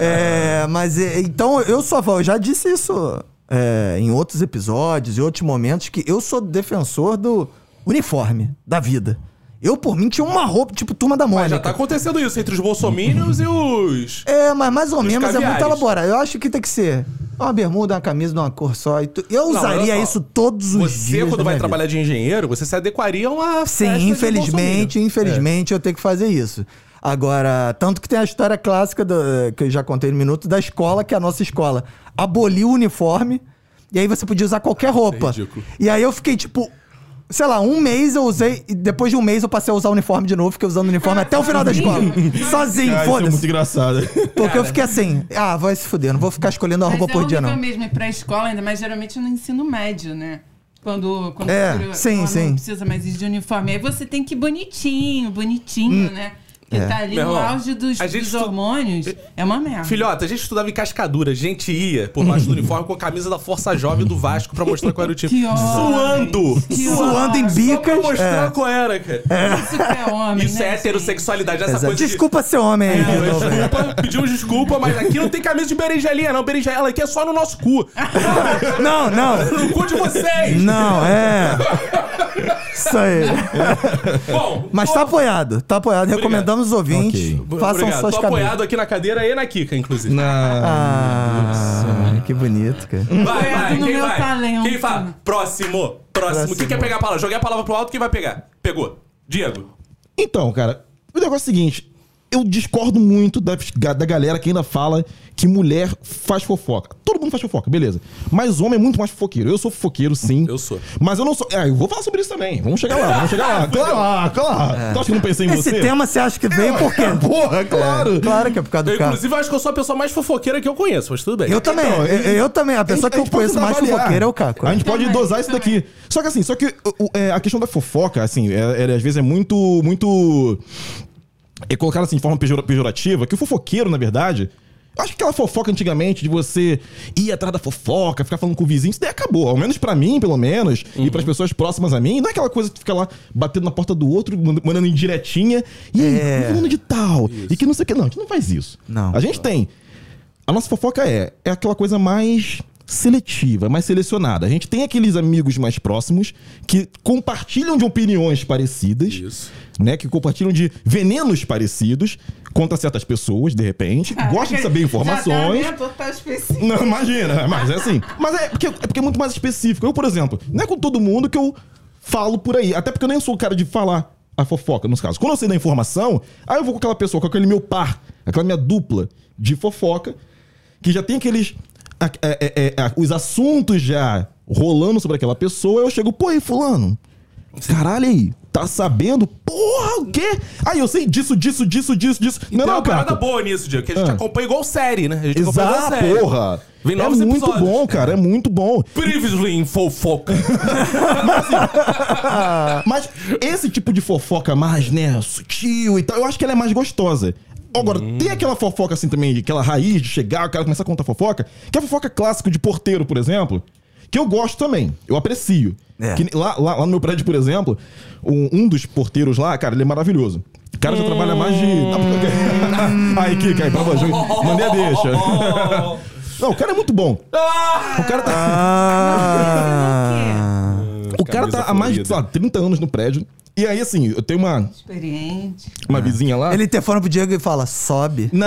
Speaker 2: É, mas é, então eu sou a favor, eu já disse isso é, em outros episódios, em outros momentos, que eu sou defensor do uniforme, da vida. Eu, por mim, tinha uma roupa, tipo turma da
Speaker 1: Mas já tá
Speaker 2: Mônica.
Speaker 1: acontecendo isso entre os bolsominions e os...
Speaker 2: É, mas mais ou menos é
Speaker 1: caviares.
Speaker 2: muito elaborado. Eu acho que tem que ser uma bermuda, uma camisa de uma cor só. e tu- Eu
Speaker 1: Não,
Speaker 2: usaria
Speaker 1: olha só.
Speaker 2: isso todos os
Speaker 1: Você,
Speaker 2: dias. da
Speaker 1: quando vai
Speaker 2: minha vida.
Speaker 1: trabalhar de engenheiro, você se adequaria a uma festa de É.
Speaker 2: Sim, infelizmente, infelizmente eu tenho que fazer isso. Agora, tanto que tem a história clássica do- que eu já contei no minuto da escola, que é a nossa escola aboliu o uniforme e aí você podia usar qualquer
Speaker 1: Ah,
Speaker 2: roupa.
Speaker 1: é ridículo.
Speaker 2: E aí eu fiquei tipo, sei lá, um mês eu usei e depois de um mês eu passei a usar o uniforme de novo, fiquei usando o uniforme até o final da escola, sozinho,
Speaker 4: Ah, isso é muito
Speaker 2: foda-se.
Speaker 4: engraçado.
Speaker 2: Porque eu fiquei assim, ah, vai se fuder, não vou ficar escolhendo a
Speaker 3: Mas
Speaker 2: roupa
Speaker 3: é
Speaker 2: por dia
Speaker 3: horrível
Speaker 2: não.
Speaker 3: mesmo ir pra escola, ainda mais geralmente no ensino médio, né? Quando, quando,
Speaker 2: É,
Speaker 3: quando
Speaker 2: sim, sim.
Speaker 3: não precisa mais ir de uniforme. Aí você tem que ir bonitinho, bonitinho, né? Porque
Speaker 2: É.
Speaker 3: tá ali
Speaker 1: Meu
Speaker 3: no
Speaker 1: irmão,
Speaker 3: auge dos,
Speaker 1: a gente eh,
Speaker 3: dos
Speaker 1: estu-
Speaker 3: hormônios. É uma merda.
Speaker 1: Filhota, a gente estudava em cascadura, a gente ia por baixo do uniforme com a camisa da Força Jovem do Vasco pra mostrar qual era o time.
Speaker 3: Que homem.
Speaker 1: Suando!
Speaker 3: Que
Speaker 2: Suando
Speaker 3: homem.
Speaker 2: em
Speaker 1: Só pra
Speaker 2: bicas.
Speaker 1: mostrar
Speaker 2: é.
Speaker 1: qual era, cara.
Speaker 3: Isso que é homem,
Speaker 1: Isso
Speaker 3: né,
Speaker 1: é
Speaker 3: gente?
Speaker 1: heterossexualidade, essa
Speaker 2: Exato.
Speaker 1: coisa de- É,
Speaker 2: Desculpa ser homem aí, de novo.
Speaker 1: Desculpa, pedimos desculpa, mas aqui não tem camisa de berinjelinha, não. Berinjela aqui é só no nosso cu.
Speaker 2: Não, não.
Speaker 1: No cu de vocês!
Speaker 2: Não, é. Isso aí.
Speaker 1: Bom,
Speaker 2: Mas
Speaker 1: tô-
Speaker 2: tá apoiado, tá apoiado. Recomendamos os ouvintes.
Speaker 1: Obrigado.
Speaker 2: Façam suas
Speaker 1: Tô
Speaker 2: cabeças.
Speaker 1: apoiado aqui na cadeira e na Kika, inclusive.
Speaker 4: Na...
Speaker 2: Ah, que bonito, cara.
Speaker 1: Vai, vai,
Speaker 3: Apoiado no
Speaker 1: quem
Speaker 3: meu
Speaker 1: vai?
Speaker 3: talento.
Speaker 1: Quem fala? Próximo, próximo. Quem
Speaker 2: Próximo.
Speaker 1: quer pegar a palavra? Joguei a palavra pro alto, quem vai pegar? Pegou. Diego.
Speaker 4: Então, cara, o negócio é o seguinte. Eu discordo muito da, da galera que ainda fala que mulher faz fofoca. Todo mundo faz fofoca, beleza. Mas homem é muito mais fofoqueiro. Eu sou fofoqueiro, sim.
Speaker 1: Eu sou.
Speaker 4: Mas eu não sou. É, eu vou falar sobre isso também. Vamos chegar lá, vamos chegar lá. Claro, claro. Tu acha que eu não pensei em
Speaker 2: Esse
Speaker 4: você? É,
Speaker 2: tema você acha que veio por quê?
Speaker 4: Porra, claro.
Speaker 2: Claro que é por causa
Speaker 1: Eu,
Speaker 2: do carro.
Speaker 1: inclusive, acho que eu sou a pessoa mais fofoqueira que eu conheço, mas tudo bem.
Speaker 2: Eu também,
Speaker 4: Então,
Speaker 2: eu, eu também. A pessoa
Speaker 4: gente-
Speaker 2: que eu
Speaker 4: gente
Speaker 2: conheço
Speaker 4: pode
Speaker 2: mais
Speaker 4: avaliar.
Speaker 2: fofoqueira é o Caco.
Speaker 4: A gente pode
Speaker 3: Também,
Speaker 4: dosar isso
Speaker 3: também.
Speaker 4: daqui. Só que assim, só que o- o- é, a questão da fofoca, assim, é- é, às vezes é muito, muito é colocado assim de forma pejora- pejorativa, que o fofoqueiro, na verdade. eu Acho que aquela fofoca antigamente de você ir atrás da fofoca, ficar falando com o vizinho, isso daí acabou. Ao menos pra mim, pelo menos,
Speaker 2: Uhum.
Speaker 4: e pras pessoas próximas a mim. Não é aquela coisa que fica lá batendo na porta do outro, mand- mandando indiretinha. E aí, tá
Speaker 2: É.
Speaker 4: falando de tal. E que não sei o que. Não, a gente não faz isso.
Speaker 2: Não.
Speaker 4: A gente tem. A nossa fofoca é, é aquela coisa mais seletiva, mais selecionada. A gente tem aqueles amigos mais próximos que compartilham de opiniões parecidas
Speaker 1: Isso.
Speaker 4: né? Que compartilham de venenos parecidos contra certas pessoas, de repente.
Speaker 3: Ah,
Speaker 4: Gostam de saber informações.
Speaker 3: Já tá, né? Total
Speaker 1: assim.
Speaker 3: específico.
Speaker 4: Não, imagina, mas é assim. Mas é porque, é porque é muito mais específico. Eu, por exemplo, não é com todo mundo que eu falo por aí. Até porque eu nem sou o cara de falar a fofoca, nos casos. Quando eu sei da informação, aí eu vou com aquela pessoa, com aquele meu par, aquela minha dupla de fofoca, que já tem aqueles. a- é- é- é- a- os assuntos já rolando sobre aquela pessoa, eu chego, pô, aí, fulano. Caralho aí, tá sabendo? Porra, o quê? Aí eu sei disso, disso, disso, disso, disso.
Speaker 1: Não,
Speaker 4: não,
Speaker 1: Tem
Speaker 4: não,
Speaker 1: uma parada
Speaker 4: cara.
Speaker 1: boa nisso, Diego, que a gente
Speaker 4: Ah.
Speaker 1: acompanha igual série, né? A gente acompanha igual
Speaker 4: Exato,
Speaker 1: série.
Speaker 4: porra.
Speaker 1: Vem
Speaker 4: é
Speaker 1: novos
Speaker 4: muito
Speaker 1: episódios.
Speaker 4: bom, cara. É muito bom.
Speaker 1: Previously em fofoca. Tá.
Speaker 4: Mas esse tipo de fofoca mais, né, sutil e tal, eu acho que ela é mais gostosa. Agora,
Speaker 1: Hum.
Speaker 4: tem aquela fofoca assim também, de aquela raiz de chegar, o cara começar a contar fofoca, que é a fofoca clássico de porteiro, por exemplo, que eu gosto também, eu aprecio.
Speaker 2: É.
Speaker 4: Que lá, lá, lá no meu prédio, por exemplo, um, um dos porteiros lá, cara, ele é maravilhoso. O cara já
Speaker 1: Hum.
Speaker 4: trabalha mais de. aí, Kika, aí, tava junto. Mandei a deixa. Não, o cara é muito bom. O cara tá.
Speaker 2: Ah,
Speaker 4: O cara tá há mais de sei lá, 30 anos no prédio. E aí, assim, eu tenho uma,
Speaker 3: é Experiente.
Speaker 4: uma vizinha lá.
Speaker 2: ele telefona pro Diego e fala, sobe.
Speaker 4: Não!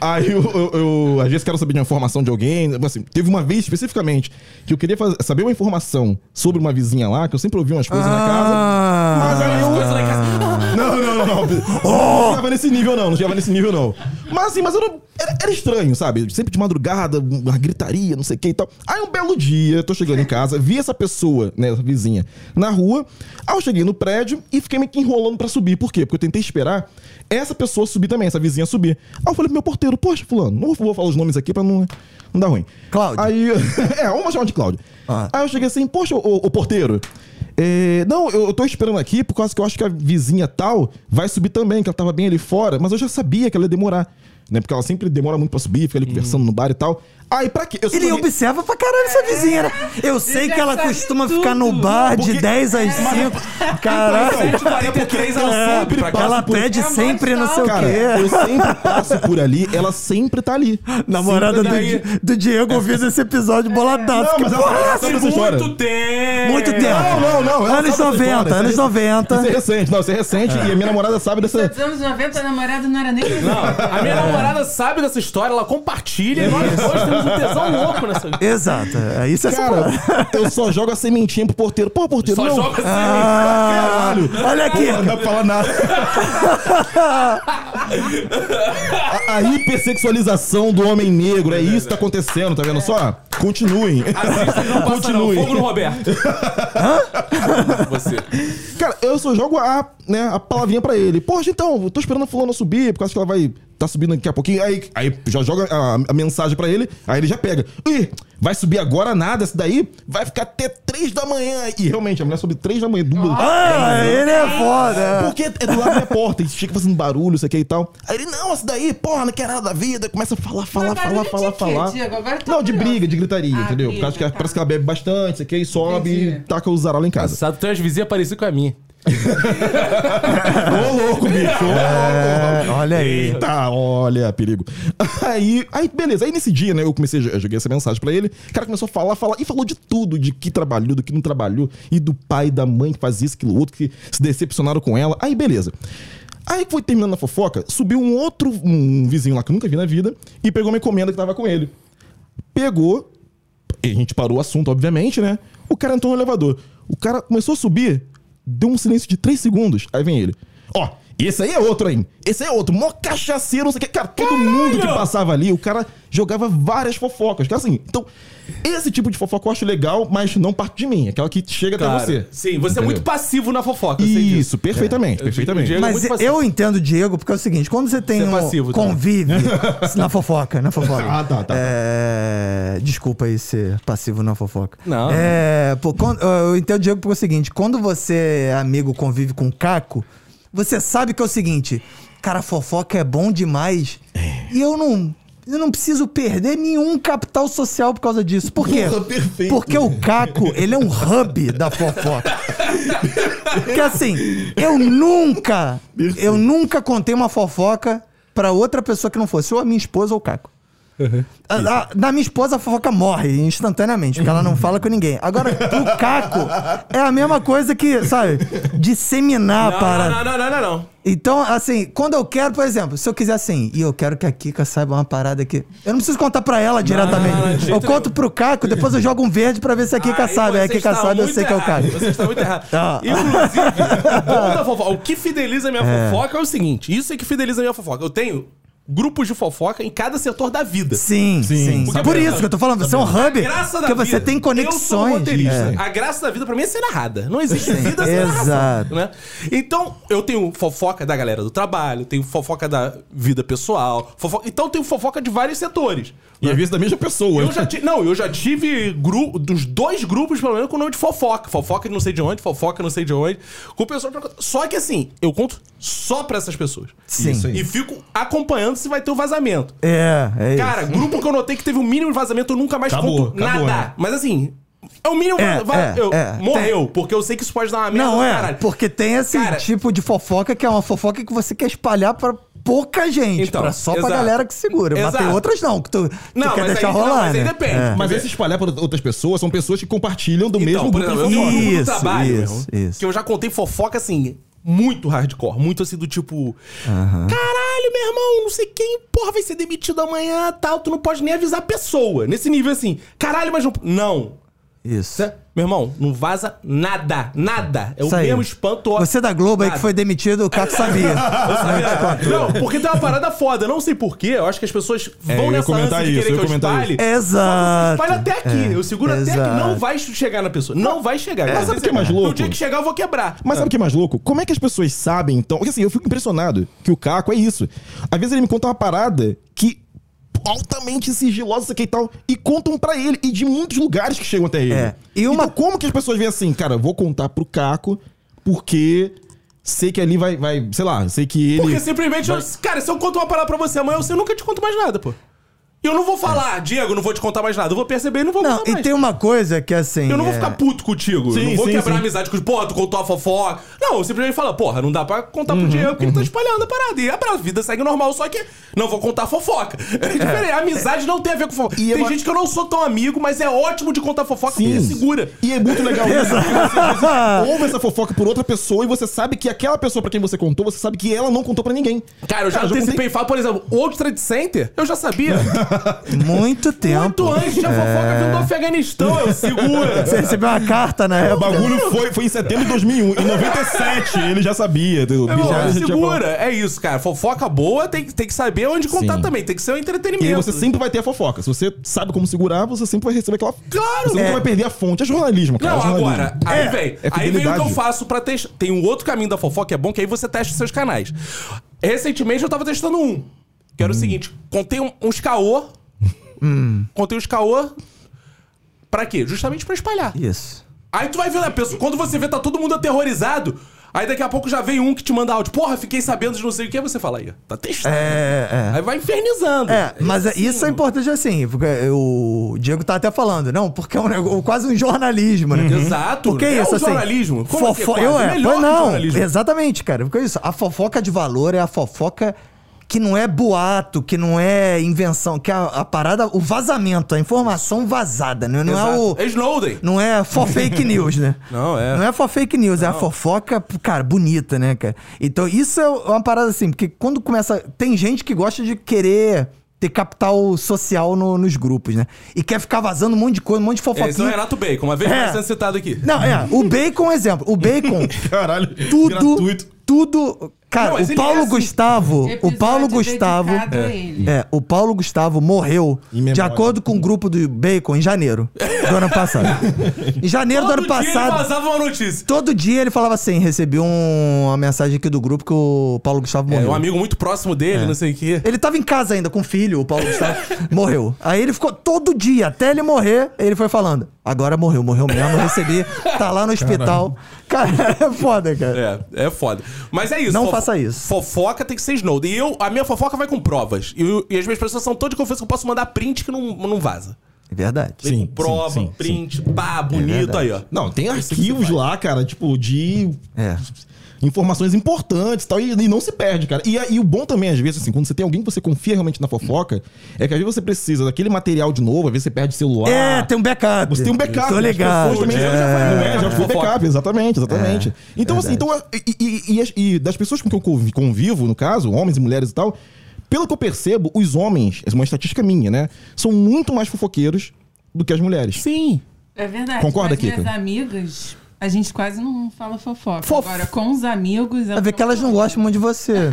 Speaker 4: aí eu, eu- eu, às vezes quero saber de uma informação de alguém. Assim, teve uma vez especificamente que eu queria faz- saber uma informação sobre uma vizinha lá, que eu sempre ouvi umas coisas na casa. Mas aí eu. Não, não, não, não. Não chegava nesse nível, não. Não chegava nesse nível, não. Mas assim, mas eu não. Era, era estranho, sabe? Sempre de madrugada, uma gritaria, não sei o que e tal. Aí um belo dia, tô chegando em casa, vi essa pessoa, né, essa vizinha, na rua. Aí eu cheguei no prédio e fiquei meio que enrolando pra subir. Por quê? Porque eu tentei esperar essa pessoa subir também, essa vizinha subir. Aí eu falei pro meu porteiro, poxa, fulano, não vou falar os nomes aqui pra não, né, não dar ruim.
Speaker 2: Cláudio.
Speaker 4: Aí Aí, é, vamos chamar de Cláudio.
Speaker 2: Ah.
Speaker 4: Aí eu cheguei assim, poxa, ô, ô, porteiro. é, não, eu, eu tô esperando aqui por causa que eu acho que a vizinha tal vai subir também, que ela tava bem ali fora, mas eu já sabia que ela ia demorar. Né? Porque ela sempre demora muito pra subir, fica ali conversando no bar e tal. Aí, pra quê? Eu sou
Speaker 2: Hum. Ele
Speaker 4: maneiro.
Speaker 2: observa pra caralho essa vizinha, né? Eu sei
Speaker 3: já
Speaker 2: que ela
Speaker 3: sabe
Speaker 2: costuma
Speaker 3: tudo.
Speaker 2: ficar no bar de
Speaker 4: Porque- é, Então,
Speaker 2: 10 às 5. Caralho.
Speaker 1: 743 ela sempre pra casa.
Speaker 2: Ela pede
Speaker 3: É a
Speaker 2: sempre não sei o
Speaker 4: Cara,
Speaker 2: quê.
Speaker 4: eu sempre passo por ali, ela sempre tá ali.
Speaker 2: Namorada do,
Speaker 1: Sempre daí.
Speaker 2: Di- do Diego ouvindo esse episódio boladaço.
Speaker 4: Não,
Speaker 2: Que
Speaker 4: mas ela
Speaker 2: porra é
Speaker 4: tá
Speaker 2: essa?
Speaker 4: sempre essa história.
Speaker 1: Muito tempo.
Speaker 2: Muito tempo.
Speaker 4: não, não, ela
Speaker 2: Anos
Speaker 4: sabe dessa
Speaker 2: 90,
Speaker 4: história,
Speaker 2: anos
Speaker 4: isso é-
Speaker 2: 90.
Speaker 4: Isso é recente, não, isso é recente, e a minha namorada sabe
Speaker 2: é
Speaker 4: dessa.
Speaker 3: Nos anos 90, a namorada não era nem.
Speaker 1: Não, a minha namorada sabe dessa história, ela compartilha e nós dois temos um tesão louco nessa vida.
Speaker 2: Exato. é Isso é essa
Speaker 4: Cara,
Speaker 2: parada.
Speaker 4: eu só jogo a sementinha pro porteiro. Pô, porteiro,
Speaker 1: Só
Speaker 4: não.
Speaker 1: joga assim.
Speaker 2: Ah, Olha aqui.
Speaker 4: Não dá pra falar nada. a, a hipersexualização do homem negro, é isso que tá acontecendo, tá vendo só? Continuem.
Speaker 1: Vocês não passam, não.
Speaker 4: Continue.
Speaker 1: Fogo no Roberto. Você.
Speaker 4: Cara, eu só jogo a, né, a palavrinha pra ele. Poxa, então, eu tô esperando a fulana subir, por causa que ela vai tá subindo daqui a pouquinho. Aí, aí já joga a, a mensagem pra ele, aí ele já pega. Ih, vai subir agora nada, essa daí vai ficar até três da manhã. E realmente, a mulher sobe três da manhã. duas-
Speaker 2: Ah, ele é foda.
Speaker 4: Porque é do lado da minha porta, e fica fazendo barulho, isso aqui e tal. Aí ele, não, essa daí, porra, não quer nada da vida. Começa a falar, falar,
Speaker 3: Mas
Speaker 4: falar,
Speaker 3: barulho de
Speaker 4: falar,
Speaker 3: quê,
Speaker 4: falar.
Speaker 3: Diego? Agora eu tô
Speaker 4: Não, de
Speaker 3: curiosa.
Speaker 4: briga, de gritaria,
Speaker 3: Ah,
Speaker 4: entendeu? Por causa
Speaker 3: briga,
Speaker 4: que é ela-
Speaker 3: tá.
Speaker 4: parece que ela bebe bastante, isso aqui, e sobe e
Speaker 3: Entendi.
Speaker 4: taca os zaralho em casa.
Speaker 1: Sabe, tem umas vizinhas parecidas é com a minha. É.
Speaker 4: Ô, louco, bicho, ô, louco.
Speaker 2: É, olha aí.
Speaker 4: Eita, olha, perigo. Aí, aí, beleza. Aí nesse dia, né, eu comecei, eu joguei essa mensagem pra ele. O cara começou a falar, falar, e falou de tudo, de que trabalhou, do que não trabalhou, e do pai, da mãe que fazia isso, aquilo, outro, que se decepcionaram com ela. Aí, beleza. Aí foi terminando a fofoca, subiu um outro um vizinho lá que eu nunca vi na vida e pegou uma encomenda que tava com ele. Pegou, e a gente parou o assunto, obviamente, né? O cara entrou no elevador. O cara começou a subir. Deu um silêncio de 3 segundos. Aí vem ele. Ó, esse aí é outro, hein? Esse aí é outro. Mó cachaceiro, não sei o que. Cara, todo mundo que passava ali, o cara jogava várias fofocas. Cara, assim, então, esse tipo de fofoca eu acho legal, mas não parte de mim. Aquela que chega
Speaker 1: Cara,
Speaker 4: até você.
Speaker 1: Sim, você é muito
Speaker 4: Entendeu?
Speaker 1: passivo na fofoca, eu sei disso. É,
Speaker 4: Isso, perfeitamente, perfeitamente.
Speaker 1: Diego-
Speaker 2: Mas
Speaker 1: muito passivo.
Speaker 2: eu entendo, Diego, porque é o seguinte: quando você tem
Speaker 1: Você é
Speaker 2: um
Speaker 1: passivo também.
Speaker 2: convive na fofoca, na fofoca.
Speaker 4: Ah, tá, tá.
Speaker 2: É, Desculpa aí ser passivo na fofoca.
Speaker 1: Não.
Speaker 2: É, pô, quando- eu entendo, Diego, porque é o seguinte: quando você é amigo, convive com o Caco, você sabe que é o seguinte: cara, fofoca é bom demais.
Speaker 1: É.
Speaker 2: E eu não. Eu não preciso perder nenhum capital social por causa disso. Por quê?
Speaker 4: Porra, perfeito.
Speaker 2: Porque o Caco, ele é um hub da fofoca. Porque assim, eu nunca, eu nunca contei uma fofoca pra outra pessoa que não fosse ou a minha esposa ou o Caco. A- a- da minha esposa, a fofoca morre instantaneamente, porque ela não fala com ninguém. Agora, pro Caco, é a mesma coisa que, sabe, disseminar
Speaker 1: Não,
Speaker 2: a parada.
Speaker 1: não, não, não, não, não.
Speaker 2: Então, assim, quando eu quero, por exemplo, se eu quiser assim, e eu quero que a Kika saiba uma parada aqui. Eu não preciso contar pra ela diretamente.
Speaker 1: não, não, de jeito
Speaker 2: eu conto pro Caco, depois eu jogo um verde pra ver se a Kika
Speaker 1: Aí
Speaker 2: sabe.
Speaker 1: Ah, você
Speaker 2: Aí a Kika
Speaker 1: está
Speaker 2: sabe, né? eu
Speaker 1: muito
Speaker 2: sei que é o
Speaker 1: errado,
Speaker 2: Caco.
Speaker 1: Você está muito errado.
Speaker 2: Tá.
Speaker 1: Inclusive, o bom da fofoca, o que fideliza a minha fofoca é o seguinte: isso é que fideliza a minha fofoca. Eu tenho grupos de fofoca em cada setor da vida.
Speaker 2: Sim, sim.
Speaker 1: Porque,
Speaker 2: Por
Speaker 1: por
Speaker 2: isso
Speaker 1: exemplo,
Speaker 2: que eu tô falando, você é um hub,
Speaker 1: Graça da
Speaker 2: porque você
Speaker 1: vida.
Speaker 2: tem
Speaker 1: Eu sou um
Speaker 2: conexões.
Speaker 1: roteirista.
Speaker 2: É.
Speaker 1: A graça da vida pra mim é ser narrada. Não existe vida sem
Speaker 2: exato.
Speaker 1: narração. Né? Então, eu tenho fofoca da galera do trabalho, tenho fofoca da vida pessoal, fofoca... então eu tenho fofoca de vários setores.
Speaker 4: E às vezes da mesma pessoa.
Speaker 1: Eu já ti- não, eu já tive grupo, dos dois grupos, pelo menos, com o nome de fofoca. Fofoca de não sei de onde, fofoca não sei de onde. Com pessoas pra... Só que assim, eu conto só pra essas pessoas.
Speaker 2: Sim.
Speaker 4: Isso aí.
Speaker 1: E fico acompanhando se vai ter o vazamento.
Speaker 2: É, é isso.
Speaker 1: Cara, grupo que eu notei que teve o mínimo de vazamento, eu nunca mais
Speaker 4: Acabou,
Speaker 1: conto
Speaker 4: acabou,
Speaker 1: nada.
Speaker 4: né?
Speaker 1: Mas assim, é o mínimo.
Speaker 2: É,
Speaker 1: va-
Speaker 2: é,
Speaker 1: eu-
Speaker 2: é.
Speaker 1: morreu, porque eu sei que isso pode dar uma merda
Speaker 2: não
Speaker 1: do
Speaker 2: é,
Speaker 1: caralho.
Speaker 2: porque tem esse
Speaker 1: Cara-
Speaker 2: tipo de fofoca que é uma fofoca que você quer espalhar pra pouca gente,
Speaker 1: Então,
Speaker 2: pra só
Speaker 1: exato.
Speaker 2: pra galera que segura. Mas tem
Speaker 1: Exato.
Speaker 2: outras não, que tu, tu
Speaker 1: Não,
Speaker 2: quer
Speaker 1: mas
Speaker 2: deixar
Speaker 1: aí- não,
Speaker 2: rolar,
Speaker 1: mas aí
Speaker 2: né?
Speaker 1: depende.
Speaker 2: É.
Speaker 4: Mas esse espalhar para outras pessoas são pessoas que compartilham do mesmo
Speaker 1: por
Speaker 4: grupo
Speaker 1: exemplo,
Speaker 4: de
Speaker 1: eu tenho um
Speaker 4: fofoca.
Speaker 1: grupo do
Speaker 2: Isso,
Speaker 1: trabalho, meu irmão,
Speaker 2: isso, isso.
Speaker 1: que eu já contei fofoca assim, muito hardcore, muito assim do tipo, caralho, meu irmão, não sei quem, porra, vai ser demitido amanhã, tal, tu não pode nem avisar a pessoa. Nesse nível assim, caralho, mas não, não.
Speaker 2: Isso.
Speaker 1: Cê- Meu irmão, não vaza nada, nada. É o
Speaker 2: Isso aí.
Speaker 1: mesmo espanto. ó,
Speaker 2: Você da Globo aí que
Speaker 1: nada.
Speaker 2: foi demitido, o Caco sabia.
Speaker 1: Eu sabia. Não, porque tem uma parada foda, eu não sei porquê. Eu acho que as pessoas
Speaker 2: É,
Speaker 4: eu
Speaker 1: vão
Speaker 4: ia
Speaker 1: nessa ânsia
Speaker 4: comentar
Speaker 1: de
Speaker 4: isso,
Speaker 1: querer
Speaker 4: eu
Speaker 1: que eu
Speaker 4: ia comentar
Speaker 1: espalhe.
Speaker 2: Exato.
Speaker 1: Espalha até aqui.
Speaker 2: É,
Speaker 1: eu seguro até
Speaker 2: exato.
Speaker 1: aqui. Não vai chegar na pessoa. Não vai chegar. Mas
Speaker 4: sabe o que é mais louco?
Speaker 1: No dia que chegar, eu vou quebrar.
Speaker 4: Mas
Speaker 2: Ah.
Speaker 4: sabe o que é mais louco? Como é que as pessoas sabem, então? Porque assim, eu fico impressionado que o Caco é isso. Às vezes ele me conta uma parada que altamente sigilosa, sei que e tal, e contam pra ele, e de muitos lugares que chegam até ele.
Speaker 2: É. E uma-
Speaker 4: Então como que as pessoas veem assim, cara, eu vou contar pro Caco, porque sei que ali vai, vai sei lá, sei que ele...
Speaker 1: Porque simplesmente, eu- cara, se eu conto uma parada pra você amanhã, você nunca te conto mais nada, pô. E eu não vou falar, Diego, não vou te contar mais nada. Eu vou perceber e não vou
Speaker 2: É. Não,
Speaker 1: contar
Speaker 2: e
Speaker 1: mais.
Speaker 2: tem uma coisa que assim.
Speaker 1: Eu não vou
Speaker 2: é,
Speaker 1: ficar puto contigo.
Speaker 4: Sim,
Speaker 1: eu não vou
Speaker 4: sim,
Speaker 1: quebrar
Speaker 4: sim.
Speaker 1: amizade com Pô, tu contou a fofoca. Não, eu simplesmente falo, porra, não dá pra contar
Speaker 2: Uhum,
Speaker 1: pro Diego que ele tá espalhando a parada. E a vida segue normal, só que não vou contar fofoca. É diferente. A amizade não tem a ver com fofoca.
Speaker 4: E
Speaker 2: é
Speaker 1: tem
Speaker 4: agora-
Speaker 1: gente que eu não sou tão amigo, mas é ótimo de contar fofoca porque segura.
Speaker 4: E é muito legal isso. porque você, às vezes, ouve essa fofoca por outra pessoa e você sabe que aquela pessoa pra quem você contou, você sabe que ela não contou pra ninguém.
Speaker 1: Cara, eu já
Speaker 4: contei-
Speaker 1: antecipei falo, por exemplo, o World Trade Center, eu já sabia.
Speaker 2: Muito tempo.
Speaker 1: Muito antes
Speaker 4: É.
Speaker 1: da fofoca vindo do Afeganistão, eu segura.
Speaker 2: Você recebeu uma carta
Speaker 1: É um
Speaker 2: na
Speaker 4: O
Speaker 2: época.
Speaker 4: bagulho foi, foi em setembro de 2001. Em 97 ele já sabia. Do,
Speaker 1: Meu irmão,
Speaker 4: já, já tinha falado.
Speaker 1: segura. É isso, cara. Fofoca boa tem, que- tem que saber onde contar
Speaker 4: Sim.
Speaker 1: também. Tem que ser um
Speaker 4: E aí
Speaker 1: entretenimento.
Speaker 4: você sempre vai ter a fofoca. Se você sabe como segurar, você sempre vai receber aquela.
Speaker 1: Claro!
Speaker 4: Você nunca
Speaker 1: É.
Speaker 4: vai perder a fonte. É jornalismo, cara.
Speaker 1: Não,
Speaker 4: é jornalismo.
Speaker 1: agora, aí vem.
Speaker 4: é
Speaker 1: aí vem o que eu
Speaker 4: fidelidade.
Speaker 1: faço pra testar. Tem um outro caminho da fofoca que é bom, que aí você testa os seus canais. Recentemente eu tava testando um. Que
Speaker 4: Hum.
Speaker 1: era o seguinte: contei um- uns caô. Contei uns caô. Pra quê? Justamente pra espalhar.
Speaker 2: Isso.
Speaker 1: Aí tu vai vendo a pessoa. Quando você vê, tá todo mundo aterrorizado. Aí daqui a pouco já vem um que te manda áudio. Porra, fiquei sabendo de não sei o que. Aí você fala aí, ó, tá testando.
Speaker 2: É, é.
Speaker 1: Aí vai infernizando.
Speaker 2: É, mas é- isso é importante assim, porque o Diego tá até falando, não, porque é um nego- quase um jornalismo, né?
Speaker 1: Exato,
Speaker 2: Porque
Speaker 1: é
Speaker 2: isso,
Speaker 1: o
Speaker 2: assim,
Speaker 1: jornalismo. Como é que é
Speaker 2: fofo-
Speaker 1: quase?
Speaker 2: eu é,
Speaker 1: Melhor
Speaker 2: pois
Speaker 1: que o
Speaker 2: não,
Speaker 1: jornalismo.
Speaker 2: exatamente, cara, porque é isso, a fofoca de valor é a fofoca que não é boato, que não é invenção, que é a, a parada, o vazamento, a informação vazada, né? Não é o...
Speaker 1: Exato. É Snowden.
Speaker 2: Não é for fake news, né?
Speaker 1: Não, é.
Speaker 2: Não é for fake news, é a fofoca, cara, bonita, né, cara? Então isso é uma parada assim, porque quando começa. Tem gente que gosta de querer ter capital social no- nos grupos, né? E quer ficar vazando um monte de coisa, um monte de
Speaker 1: É, esse é o
Speaker 2: fofoquinha.
Speaker 1: Renato Bacon, uma vez
Speaker 2: É.
Speaker 1: mais sendo citado aqui.
Speaker 2: Não, é. O Bacon, exemplo. O Bacon,
Speaker 4: Caralho,
Speaker 2: tudo.
Speaker 4: gratuito.
Speaker 2: Tudo. Cara,
Speaker 1: Não, mas
Speaker 2: o
Speaker 1: ele é
Speaker 2: Paulo
Speaker 1: assim.
Speaker 2: Gustavo. O Paulo Gustavo.
Speaker 3: É.
Speaker 2: É, o Paulo Gustavo morreu
Speaker 4: Em memória.
Speaker 2: de acordo com o grupo do Bacon em janeiro do ano passado. Em janeiro do ano
Speaker 1: Todo dia ele
Speaker 2: passado,
Speaker 1: vazava uma notícia.
Speaker 2: todo dia ele falava assim: recebi um- uma mensagem aqui do grupo que o Paulo Gustavo
Speaker 1: É,
Speaker 2: morreu.
Speaker 1: um amigo muito próximo dele,
Speaker 2: É.
Speaker 1: não sei o quê.
Speaker 2: Ele tava em casa ainda com o filho, o Paulo Gustavo morreu. Aí ele ficou todo dia, até ele morrer, ele foi falando: agora morreu, morreu mesmo, eu recebi, tá lá no hospital. Cara, é foda, cara.
Speaker 1: É, é foda. Mas é isso.
Speaker 2: Não faça isso.
Speaker 1: Fofoca tem que ser Snowden. E eu, a minha fofoca vai com provas. E, eu- e as minhas pessoas são todas de confiança que eu posso mandar print que não, não vaza.
Speaker 2: É verdade.
Speaker 1: Vem
Speaker 4: Sim,
Speaker 1: com prova,
Speaker 4: sim, sim,
Speaker 1: print, pá, bonito
Speaker 2: É verdade.
Speaker 1: aí, ó.
Speaker 4: Não, tem arquivos lá, cara, tipo, de.
Speaker 2: É.
Speaker 4: Informações importantes e tal, e, e não se perde, cara. E, a- e o bom também, às vezes, assim, quando você tem alguém que você confia realmente na fofoca, é que às vezes você precisa daquele material de novo, às vezes você perde celular.
Speaker 2: É, tem um backup.
Speaker 4: Você tem um backup.
Speaker 2: Tô
Speaker 4: as
Speaker 2: legal.
Speaker 4: pessoas também já-
Speaker 1: É.
Speaker 4: já, não é, já foi
Speaker 1: Fofoca.
Speaker 4: backup, exatamente, exatamente. então, assim,
Speaker 2: É, verdade.
Speaker 4: então, e, e- e as- e das pessoas com que eu convi- convivo, no caso, homens e mulheres e tal, pelo que eu percebo, os homens, essa é uma estatística minha, né? São muito mais fofoqueiros do que as mulheres.
Speaker 1: Sim.
Speaker 3: É verdade.
Speaker 4: Concorda,
Speaker 3: com as
Speaker 4: Kika?
Speaker 3: minhas amigas, a gente quase não fala fofoca. Agora, com os amigos...
Speaker 2: Vai ver Tá que elas não gostam muito de você,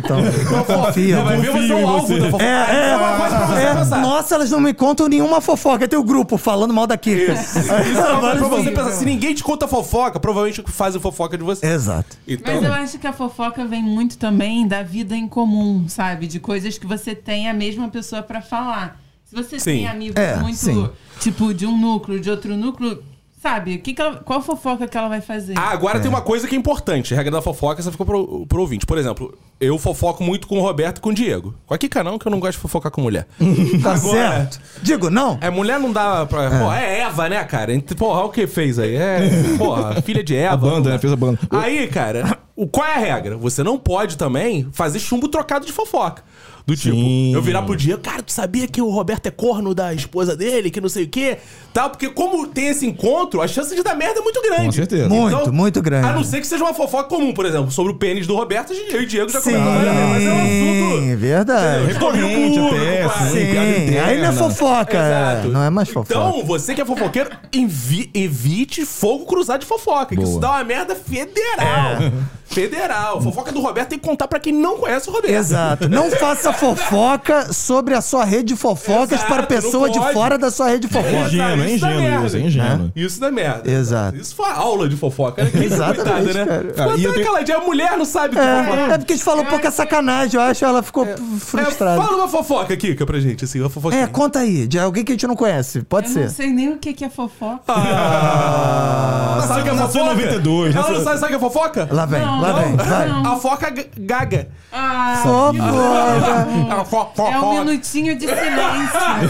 Speaker 2: então. Confia.
Speaker 1: Vai ver você é
Speaker 4: em
Speaker 1: o alvo
Speaker 4: você.
Speaker 1: da fofoca.
Speaker 2: É, é,
Speaker 1: Isso uma coisa pra você
Speaker 2: é.
Speaker 1: pensar.
Speaker 2: Nossa, elas não me contam nenhuma fofoca. Tem o grupo falando mal daqui.
Speaker 1: Isso é uma coisa pra você
Speaker 3: Sim.
Speaker 1: pensar. Se ninguém te conta fofoca, provavelmente fazem fofoca é de você.
Speaker 2: Exato.
Speaker 1: Então,
Speaker 3: Mas eu acho que a fofoca vem muito também da vida em comum, sabe? De coisas que você tem a mesma pessoa pra falar. Se você
Speaker 1: Sim.
Speaker 3: tem amigos
Speaker 2: É,
Speaker 3: muito,
Speaker 2: sim.
Speaker 3: tipo, de um núcleo, de outro núcleo, sabe? Que que ela- qual fofoca que ela vai fazer?
Speaker 1: Ah, agora tem uma coisa que é importante. A regra da fofoca, essa ficou pro, pro ouvinte. Por exemplo, eu fofoco muito com o Roberto e com o Diego. Com a Kika não, que eu não gosto de fofocar com mulher.
Speaker 2: Tá
Speaker 1: Agora-
Speaker 2: certo. Digo, não.
Speaker 1: É, mulher não dá pra... Pô, é Eva, né, cara? Entre- Porra, olha o que fez aí. É, porra, filha de Eva.
Speaker 4: A banda,
Speaker 1: não-
Speaker 4: né? Fez a banda.
Speaker 1: Aí, cara, o, qual é a regra? Você não pode também fazer chumbo trocado de fofoca. Do tipo,
Speaker 4: Sim.
Speaker 1: eu virar pro Diego, cara, tu sabia que o Roberto é corno da esposa dele, que não sei o quê? Tal, porque como tem esse encontro, a chance de dar merda é muito grande. Então,
Speaker 4: Com certeza.
Speaker 2: Muito, muito grande.
Speaker 1: A não ser que seja uma fofoca comum, por exemplo, sobre o pênis do Roberto, a gente- eu e o Diego já
Speaker 2: Sim,
Speaker 1: comentamos várias vezes, mas é um assunto.
Speaker 2: verdade.
Speaker 4: Recorrente até,
Speaker 1: Sim.
Speaker 4: sim, piada
Speaker 2: Sim,
Speaker 4: interna.
Speaker 2: aí não é fofoca.
Speaker 1: Exato.
Speaker 2: Não é mais fofoca.
Speaker 1: Então, você que é fofoqueiro, envi- evite fogo cruzado de fofoca, que
Speaker 4: Boa.
Speaker 1: isso dá uma merda federal.
Speaker 2: É.
Speaker 1: Federal. Fofoca do Roberto tem que contar pra quem não conhece o Roberto.
Speaker 2: Exato. Não faça fofoca sobre a sua rede de fofocas
Speaker 1: Exato,
Speaker 2: para pessoa
Speaker 1: não
Speaker 2: de
Speaker 1: pode.
Speaker 2: fora da sua rede de
Speaker 4: É
Speaker 2: fofocas.
Speaker 4: ingênuo, é
Speaker 1: Isso dá
Speaker 4: ingênuo isso,
Speaker 1: merda.
Speaker 4: é
Speaker 2: Né?
Speaker 4: ingênuo.
Speaker 1: Isso dá merda.
Speaker 2: Exato.
Speaker 1: Isso foi aula de fofoca. né? Que
Speaker 2: Exatamente,
Speaker 1: coitada, né?
Speaker 2: cara.
Speaker 1: Ficou
Speaker 4: Cara, Ah, e
Speaker 1: até
Speaker 4: eu tenho-
Speaker 1: caladinha. A mulher não sabe o que
Speaker 2: É,
Speaker 1: falar.
Speaker 2: é porque a gente falou pouca sacanagem, eu acho. Ela ficou
Speaker 1: É,
Speaker 2: frustrada.
Speaker 1: fala uma fofoca, Kika, pra gente, assim, uma fofoca.
Speaker 2: É, conta aí, de alguém que a gente não conhece. Pode
Speaker 3: Eu
Speaker 2: ser.
Speaker 3: não sei nem o que, que é fofoca.
Speaker 1: sabe o que é
Speaker 4: Nasceu em
Speaker 1: fofoca?
Speaker 4: 92,
Speaker 1: Ela não
Speaker 4: nasceu-
Speaker 1: sabe, sabe o que é fofoca?
Speaker 2: Lá vem,
Speaker 3: Não,
Speaker 2: lá
Speaker 3: não,
Speaker 2: vem, vai.
Speaker 3: não.
Speaker 1: A foca g- gaga.
Speaker 3: Ah,
Speaker 2: Fofoca.
Speaker 1: A fo-
Speaker 3: é um
Speaker 1: fofoca.
Speaker 3: minutinho de silêncio.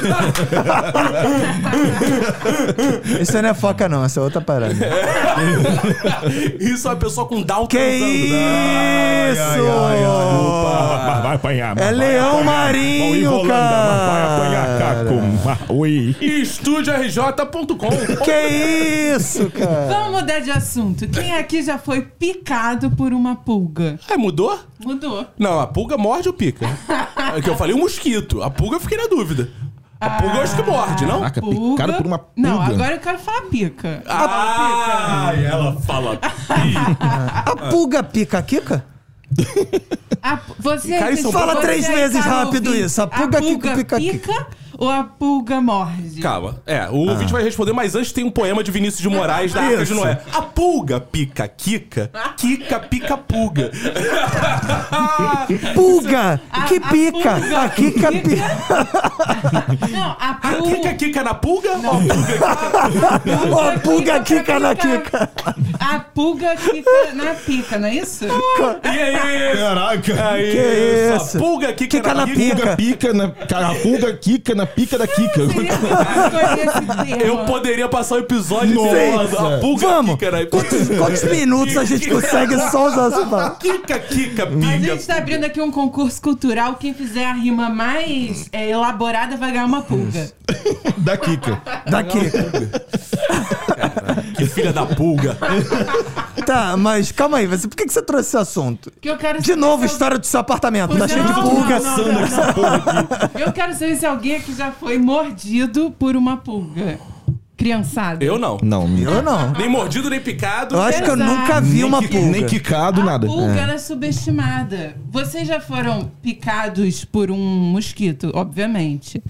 Speaker 2: Isso aí não é foca, não, essa é outra parada.
Speaker 1: Isso é uma pessoa com Down
Speaker 2: Que isso!
Speaker 4: Opa, vai apanhar.
Speaker 2: É leão marinho, cara!
Speaker 4: Caco. Ui.
Speaker 1: EstúdioRJ.com
Speaker 2: Que isso, cara!
Speaker 3: Vamos mudar de assunto. Quem aqui já foi picado por uma pulga?
Speaker 1: Ah, mudou?
Speaker 3: Mudou.
Speaker 1: Não, a pulga morde ou pica? É que eu falei o mosquito. A pulga eu fiquei na dúvida. A pulga eu acho que morde, não?
Speaker 2: É
Speaker 4: Caraca, picado por uma
Speaker 3: Não,
Speaker 4: pulga?
Speaker 3: agora eu quero falar pica.
Speaker 1: Ah, ela fala.
Speaker 2: A pulga pica a Kika?
Speaker 3: A- você é
Speaker 1: Cara, isso
Speaker 2: fala três
Speaker 3: aí,
Speaker 2: vezes
Speaker 3: cara,
Speaker 2: rápido
Speaker 3: ouvinte,
Speaker 2: isso. A pulga que pica aqui.
Speaker 3: pica ou a pulga morde?
Speaker 1: Calma. É, o ouvinte vai responder, mas antes tem um poema de Vinícius de Moraes da Arca de
Speaker 2: Isso.
Speaker 1: Noé. A pulga pica Kika, Kika pica pulga.
Speaker 2: Pulga!
Speaker 3: A-
Speaker 2: que
Speaker 3: a
Speaker 2: pica!
Speaker 3: pulga.
Speaker 2: A Kika pica!
Speaker 3: Não, a
Speaker 1: A Kika
Speaker 3: pulga.
Speaker 1: Kika na pulga? Ó, pulga.
Speaker 2: Ó, a pulga Kika na Kika!
Speaker 3: A pulga quica na pica, não é isso?
Speaker 1: E aí?
Speaker 4: Caraca.
Speaker 1: Aí,
Speaker 2: Que
Speaker 1: isso?
Speaker 2: isso?
Speaker 1: A pulga Kika,
Speaker 2: Kika na
Speaker 1: Kika.
Speaker 2: pica.
Speaker 4: Pulga pica na... cara, A pulga quica na pica da Kika.
Speaker 3: Seria que eu esse termo.
Speaker 1: Eu poderia passar o episódio
Speaker 4: Nossa.
Speaker 1: a pulga né?"
Speaker 2: Vamos!
Speaker 1: Kika na
Speaker 2: Quantos, quantos minutos a gente consegue só usar essa palavra?
Speaker 1: Kika, Kika,
Speaker 3: A
Speaker 1: pica.
Speaker 3: gente tá abrindo aqui um concurso cultural. Quem fizer a rima mais é, elaborada vai ganhar uma pulga.
Speaker 4: Da Kika.
Speaker 2: Da Kika.
Speaker 1: Que filha da pulga.
Speaker 2: Tá, mas calma aí, você, por que, que você trouxe esse assunto?
Speaker 3: Que eu quero
Speaker 2: De novo,
Speaker 3: saber se
Speaker 2: história do seu apartamento. Tá
Speaker 3: Pois é,
Speaker 2: cheio de
Speaker 3: não,
Speaker 2: pulga.
Speaker 3: não, não, não. Eu quero saber se alguém aqui já foi mordido por uma pulga. Criançada.
Speaker 1: Eu não.
Speaker 4: Não, me-
Speaker 2: Eu não.
Speaker 1: Nem mordido, nem picado.
Speaker 2: Eu acho que eu
Speaker 3: Exato.
Speaker 2: nunca vi
Speaker 4: nem
Speaker 2: uma
Speaker 4: qui-
Speaker 2: pulga.
Speaker 4: Nem quicado,
Speaker 3: A
Speaker 4: nada.
Speaker 2: É.
Speaker 4: É.
Speaker 3: pulga era subestimada. Vocês já foram picados por um mosquito, obviamente.